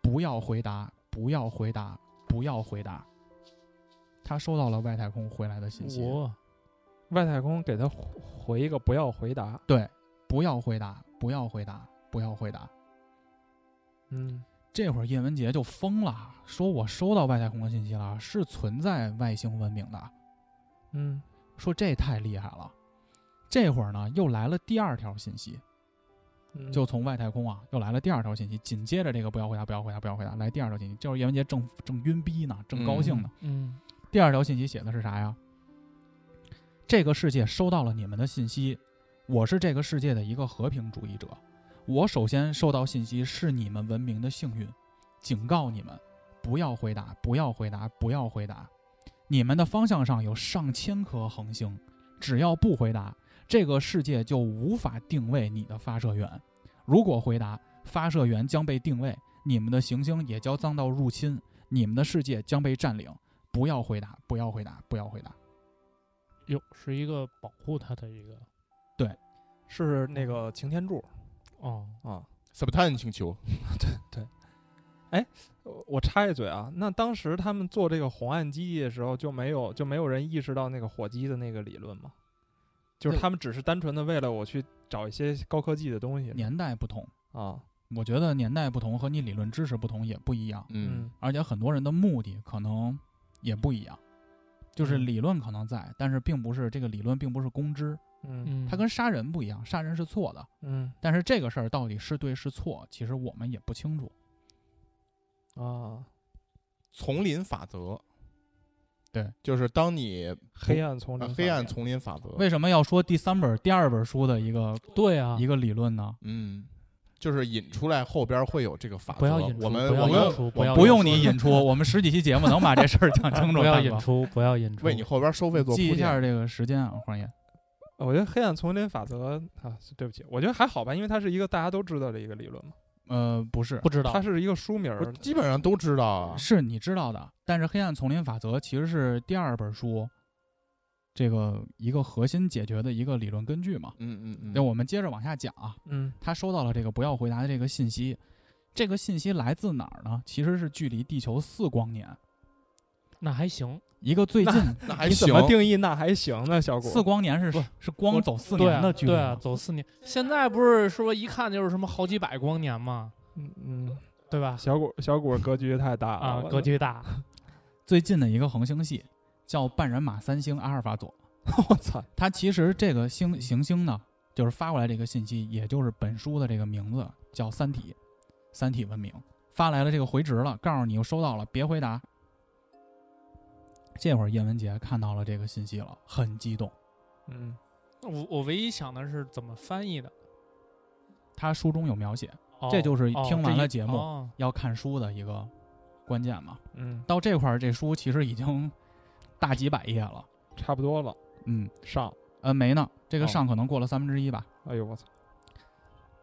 不要回答，不要回答，不要回答。他收到了外太空回来的信息，我外太空给他回回一个不要回答，对，不要回答，不要回答，不要回答。嗯这会儿叶文洁就疯了，说我收到外太空的信息了，是存在外星文明的。嗯说这太厉害了。这会儿呢，又来了第二条信息，嗯就从外太空啊，又来了第二条信息。紧接着这个不要回答，不要回答，不要回答，来第二条信息。这会儿叶文洁正正晕逼呢，正高兴呢。嗯第二条信息写的是啥呀？这个世界收到了你们的信息，我是这个世界的一个和平主义者。我首先收到信息是你们文明的幸运，警告你们不要回答，不要回答，不要回答。你们的方向上有上千颗恒星，只要不回答，这个世界就无法定位你的发射源。如果回答，发射源将被定位，你们的行星也将遭到入侵，你们的世界将被占领。不要回答，不要回答，不要回答。有是一个保护他的一个是那个擎天柱哦，啊。 Subtan 请求，我我插一嘴啊，那当时他们做这个红岸基地的时候，就没有就没有人意识到那个火鸡的那个理论吗？就是对他们只是单纯的为了我去找一些高科技的东西年代不同，啊，我觉得年代不同和你理论知识不同也不一样，嗯，而且很多人的目的可能也不一样。就是理论可能在，但是并不是这个理论并不是公知，嗯嗯，它跟杀人不一样，杀人是错的，嗯但是这个事儿到底是对是错，其实我们也不清楚。啊，丛林法则，对，就是当你黑暗丛呃林，黑暗，丛林法则，为什么要说第三本、第二本书的一个对啊一，个理论呢？嗯，就是引出来后边会有这个法则。不要引出我们不要我引出们不要我不引用你引出，我们十几期节目能把这事儿讲清楚。 不要大哥引出，不要引出，为你后边收费做铺记一下垫。这个时间啊，黄爷。我觉得黑暗丛林法则啊，对不起，我觉得还好吧，因为它是一个大家都知道的一个理论嘛，呃，不是，不知道它是一个书名儿我，基本上都知道啊，是你知道的，但是《黑暗丛林法则》其实是第二本书这个一个核心解决的一个理论根据嘛。嗯嗯那嗯，我们接着往下讲啊，嗯他收到了这个不要回答的这个信息，这个信息来自哪儿呢？其实是距离地球四光年，那还行，一个最近那还你怎行。么定义那还行呢，小谷？四光年是是光我走四对年啊的距离对啊，嘛，走四年，现在不是说一看就是什么好几百光年嘛，嗯嗯，对吧？小谷小谷格局太大了，啊，我格局大，最近的一个恒星系叫半人马三星阿尔法佐，我操，它其实这个星行星呢，就是发过来这个信息，也就是本书的这个名字叫《三体》，三体文明发来了这个回执了，告诉你又收到了，别回答。这会儿叶文洁看到了这个信息了，很激动。嗯我我唯一想的是怎么翻译的，他书中有描写，哦这就是哦听完这了一节目哦要看书的一个关键嘛。嗯到这块儿，这书其实已经大几百页了，差不多了，嗯，上，呃，没呢，这个哦上可能过了三分之一吧。哎呦我操，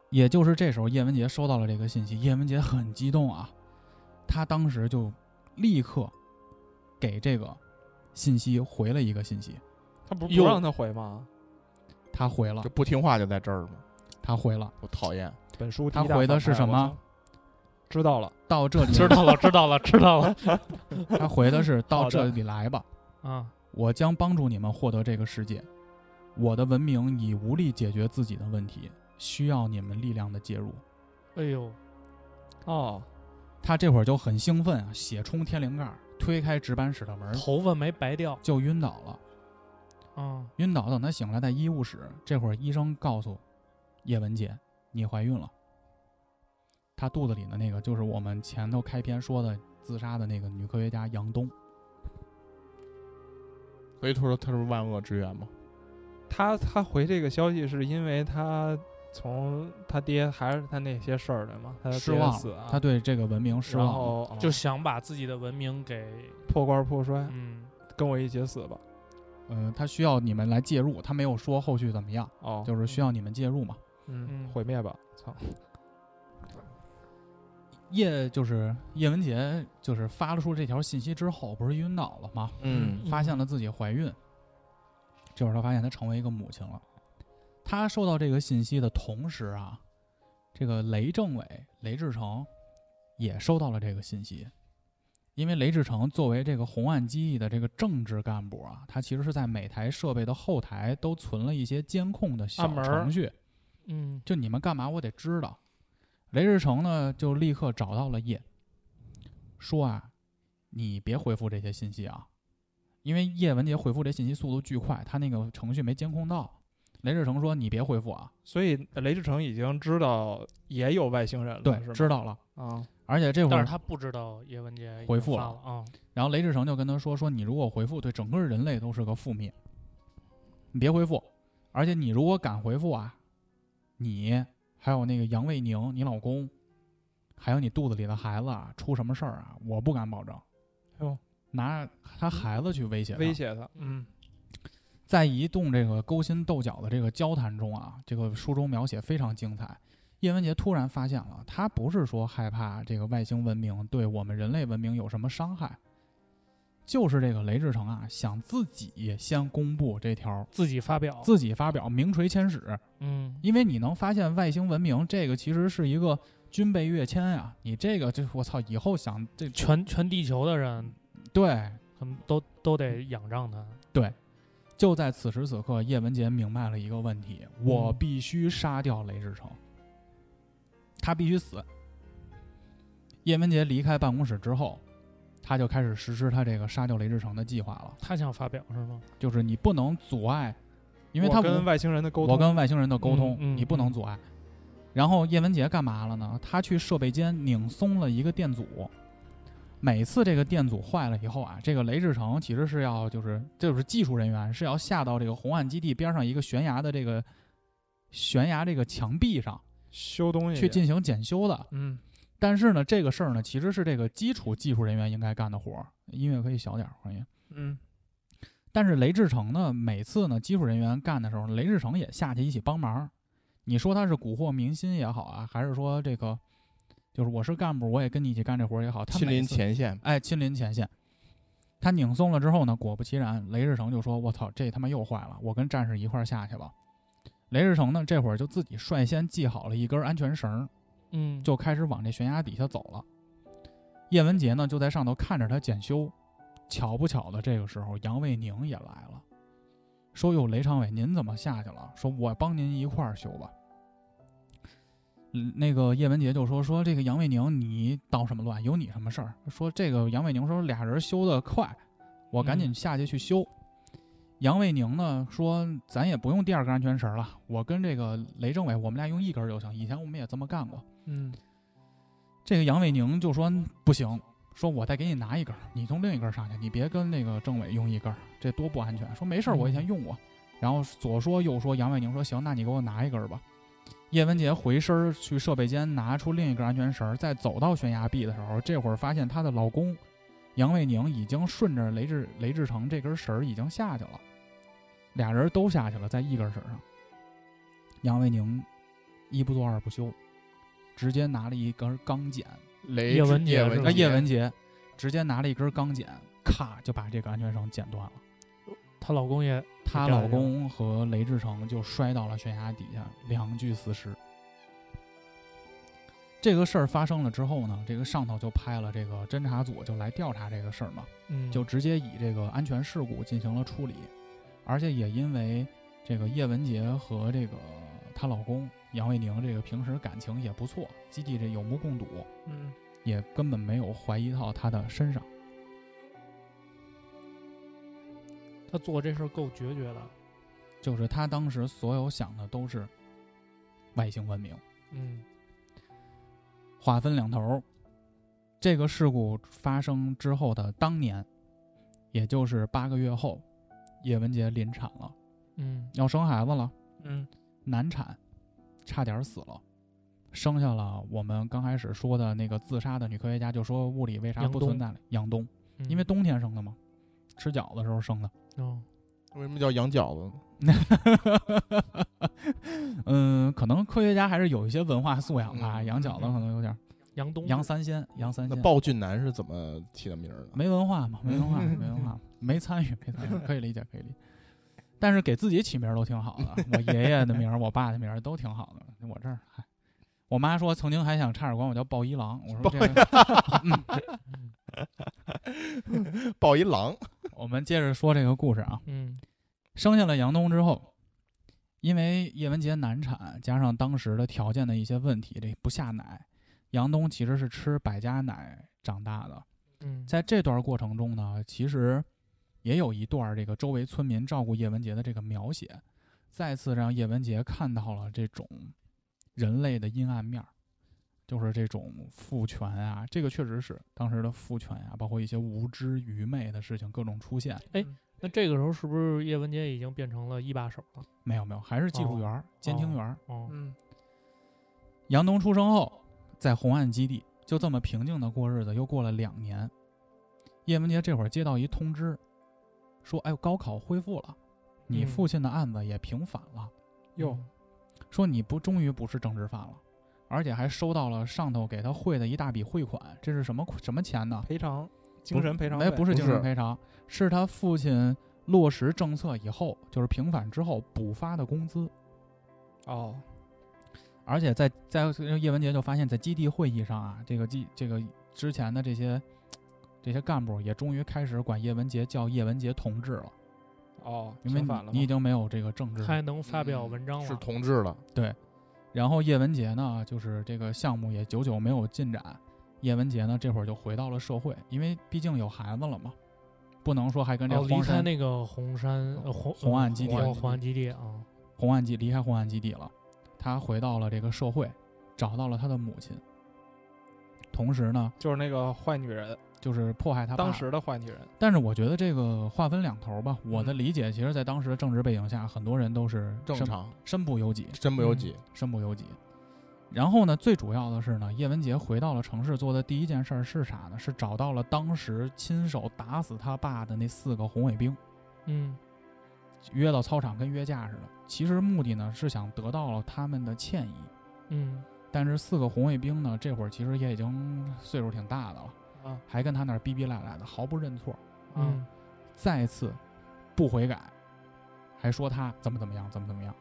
也就是这时候，叶文洁收到了这个信息，叶文洁很激动啊，他当时就立刻给这个信息回了一个信息，他不不哟让他回吗？他回了就，不听话就在这儿嘛，他回了，我讨厌。本书他第一大回的反是派什我么操？知道了，到这里，知道了，知道了，知道了他回的是到好这的里来吧，啊！我将帮助你们获得这个世界。我的文明已无力解决自己的问题，需要你们力量的介入。哎呦，哦，他这会儿就很兴奋啊，血冲天灵盖儿，推开值班室的门儿头发没白掉就晕倒了。啊！晕倒，等他醒来在医务室，这会儿医生告诉叶文洁，你怀孕了。她肚子里的那个就是我们前头开篇说的自杀的那个女科学家杨东。所以他说他是万恶之源嘛，他他回这个消息是因为他从他爹还是他那些事儿的嘛，他失爹望死啊，她对这个文明失然望了，后就哦想把自己的文明给破罐破啊摔，嗯，跟我一起死吧。呃，她需要你们来介入，她没有说后续怎么样，哦，就是需要你们介入嘛。嗯嗯毁灭吧，操，叶就是叶文洁，就是发了出这条信息之后，不是晕倒了吗？嗯，发现了自己怀孕，这会儿她发现她成为一个母亲了。她收到这个信息的同时啊，这个雷政委雷志成也收到了这个信息，因为雷志成作为这个红岸基地的这个政治干部啊，他其实是在每台设备的后台都存了一些监控的小暗门儿程序，嗯就你们干嘛我得知道。雷志成呢就立刻找到了叶，说啊，你别回复这些信息啊，因为叶文杰回复这信息速度巨快，他那个程序没监控到。雷志成说你别回复啊，所以雷志成已经知道也有外星人了，对是，吗？知道了。啊，而且这会但是儿，他不知道叶文洁已经回复发了了啊，然后雷志成就跟他说说你如果回复，对整个人类都是个覆灭，你别回复。而且你如果敢回复啊，你还有那个杨卫宁，你老公，还有你肚子里的孩子啊，出什么事儿啊，我不敢保证。哎呦，拿他孩子去威胁他威。胁他，嗯在一动这个勾心斗角的这个交谈中啊，这个书中描写非常精彩。叶文洁突然发现了，他不是说害怕这个外星文明对我们人类文明有什么伤害，就是这个雷志成啊，想自己先公布这条，自己发表，自己发表名垂千史。嗯因为你能发现外星文明这个其实是一个军备跃迁呀、你这个这我操，以后想这全全地球的人对可能都都得仰仗他，就在此时此刻，叶文洁明白了一个问题：我嗯必须杀掉雷志成，他必须死。叶文洁离开办公室之后，他就开始实施他这个杀掉雷志成的计划了。他想发表是吗？就是你不能阻碍，因为他我无跟外星人的沟通，我跟外星人的沟通，嗯嗯你不能阻碍。然后叶文洁干嘛了呢？他去设备间拧松了一个电阻，每次这个电阻坏了以后啊，这个雷志成其实是要就是就是技术人员是要下到这个红岸基地边上一个悬崖的这个悬崖这个墙壁上修东西去进行检修的。嗯，但是呢，这个事儿呢其实是这个基础技术人员应该干的活儿。音乐可以小点儿，欢迎。嗯但是雷志成呢，每次呢技术人员干的时候，雷志成也下去一起帮忙。你说他是蛊惑民心也好啊，还是说这个就是我是干部，我也跟你一起干这活儿也好，他亲每临次前线，哎亲临前线。他拧松了之后呢，果不其然，雷志成就说：“我操，这他妈又坏了，我跟战士一块儿下去吧。”雷志成呢，这会儿就自己率先系好了一根安全绳儿，嗯，就开始往这悬崖底下走了。叶文洁呢就在上头看着他检修，巧不巧的这个时候杨卫宁也来了，说：“哟，雷常委，您怎么下去了？说我帮您一块儿修吧。”嗯，那个叶文洁就说：“说这个杨卫宁，你捣什么乱？有你什么事儿？”说这个杨卫宁说俩人修的快，我赶紧下去去修。杨卫宁呢说：“咱也不用第二根安全绳了，我跟这个雷政委，我们俩用一根儿就行。以前我们也这么干过。”嗯，这个杨卫宁就说不行，说我再给你拿一根儿，你从另一根儿上去，你别跟那个政委用一根儿，这多不安全。说没事儿，我以前用过。然后左说右说，杨卫宁说行，那你给我拿一根儿吧。叶文洁回身儿去设备间拿出另一根安全绳儿，在走到悬崖壁的时候，这会儿发现她的老公杨卫宁已经顺着雷志雷志成这根绳儿已经下去了，俩人都下去了，在一根绳上。杨卫宁一不做二不休，直接拿了一根钢剪，雷叶之文洁叶是文吧啊，洁叶文洁直接拿了一根钢剪，咔就把这个安全绳剪断了。她老公也她掉下老去公和雷志成就摔到了悬崖底下，两具死尸。这个事儿发生了之后呢，这个上头就派了这个侦查组就来调查这个事儿嘛，嗯就直接以这个安全事故进行了处理，而且也因为这个叶文洁和这个她老公杨卫宁这个平时感情也不错，基地这有目共睹，嗯也根本没有怀疑到她的身上。她做这事儿够决绝的，就是他当时所有想的都是外星文明。嗯划分两头儿。这个事故发生之后的当年，也就是八个月后，叶文洁临产了，嗯要生孩子了，嗯难产，差点死了。生下了我们刚开始说的那个自杀的女科学家，就说物理为啥杨不东存在了？杨东，嗯因为冬天生的嘛，吃饺子的时候生的。哦为什么叫羊角子呢？ 嗯，可能科学家还是有一些文化素养吧。嗯杨饺子可能有点儿杨东杨三鲜，杨三那鲜。暴君男是怎么起的名儿 的？没文化嘛，没文化，没文 化，没参与，没参与，可以理解，可以理解。但是给自己起名儿都挺好的，我爷爷的名儿，我爸的名儿都挺好的。我这儿，嗨，我妈说曾经还想差点管我叫暴一郎，我说这个，暴一狼，我们接着说这个故事啊。嗯生下了杨东之后，因为叶文洁难产，加上当时的条件的一些问题，这不下奶，杨东其实是吃百家奶长大的。嗯在这段过程中呢，其实也有一段这个周围村民照顾叶文洁的这个描写，再次让叶文洁看到了这种人类的阴暗面儿，就是这种父权啊，这个确实是当时的父权啊，包括一些无知愚昧的事情各种出现。那这个时候是不是叶文洁已经变成了一把手了？没有没有，还是技术员儿、监听员儿。哦，嗯杨东出生后，在红岸基地就这么平静的过日子，又过了两年。叶文洁这会儿接到一通知，说：“哎，高考恢复了，你嗯父亲的案子也平反了，哟嗯说你不终于不是政治犯了，而且还收到了上头给他汇的一大笔汇款，这是什么什么钱呢？赔偿精神赔偿哎，不是不精神是赔偿，是他父亲落实政策以后，就是平反之后补发的工资。哦，而且在在叶文洁就发现，在基地会议上啊，这个基这个之前的这些这些干部也终于开始管叶文洁叫叶文洁同志了，哦，因为平你反了你已吗经没有这个政治。还能 发表文章是了，同志了，然后叶文洁呢，就是这个项目也久久没有进展，叶文洁呢这会儿就回到了社会，因为毕竟有孩子了嘛，不能说还跟这哦，离荒开山、那个红山呃红红岸基地哦红岸基地啊，红岸基离开红岸基地了，他回到了这个社会，找到了他的母亲，同时呢，就是那个坏女人，就是迫害他爸当时的坏女人，但是我觉得这个划分两头儿吧，我的嗯理解其实，在当时的政治背景下，很多人都是正身常，身不由己，身嗯不由己。身不由己。然后呢，最主要的是呢，叶文洁回到了城市做的第一件事儿是啥呢？是找到了当时亲手打死他爸的那四个红卫兵，嗯约到操场跟约架似的。其实目的呢是想得到了他们的歉意，嗯但是四个红卫兵呢，这会儿其实也已经岁数挺大的了，啊还跟他那儿逼逼赖赖的，毫不认错。嗯再次不悔改，还说他怎么怎么样，怎么怎么样。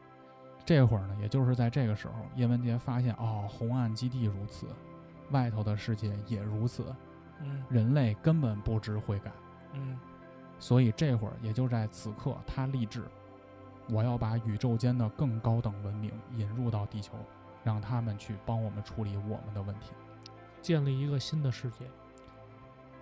这会儿呢，也就是在这个时候，叶文洁发现哦，红岸基地如此，外头的世界也如此，嗯人类根本不知悔改。嗯所以这会儿，也就在此刻，他立志，我要把宇宙间的更高等文明引入到地球，让他们去帮我们处理我们的问题。建立一个新的世界，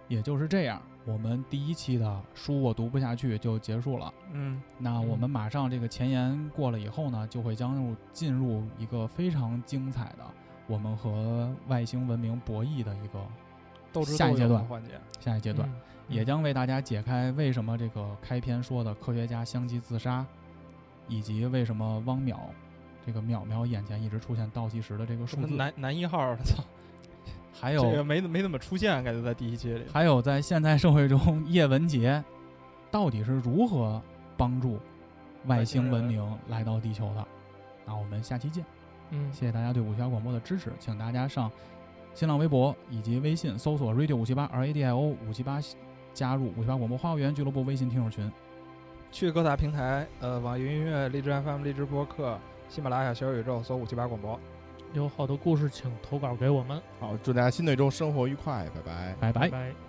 也就是这样，我们第一期的书我读不下去就结束了。嗯那我们马上这个前言过了以后呢，就会将入进入一个非常精彩的我们和外星文明博弈的一个斗智下一斗阶勇的段环节，下一阶段，嗯也将为大家解开为什么这个开篇说的科学家相继自杀，以及为什么汪淼这个淼淞眼前一直出现倒计时的这个什数么字。男男一号，操，还这个有没没怎么出现，感觉在第一期里。还有在现代社会中，叶文洁到底是如何帮助外星文明来到地球的？那我们下期见。嗯，谢谢大家对五七八广播的支持，请大家上新浪微博以及微信搜索 radio 五七八 R A D I O 五七八，加入五七八广播花园俱乐部微信听友群。去各大平台，呃，网易云音乐、荔枝 FM、荔枝播客、喜马拉雅、小宇宙搜五七八广播。有好的故事请投稿给我们，好，祝大家新的一周生活愉快，拜拜。拜拜拜。拜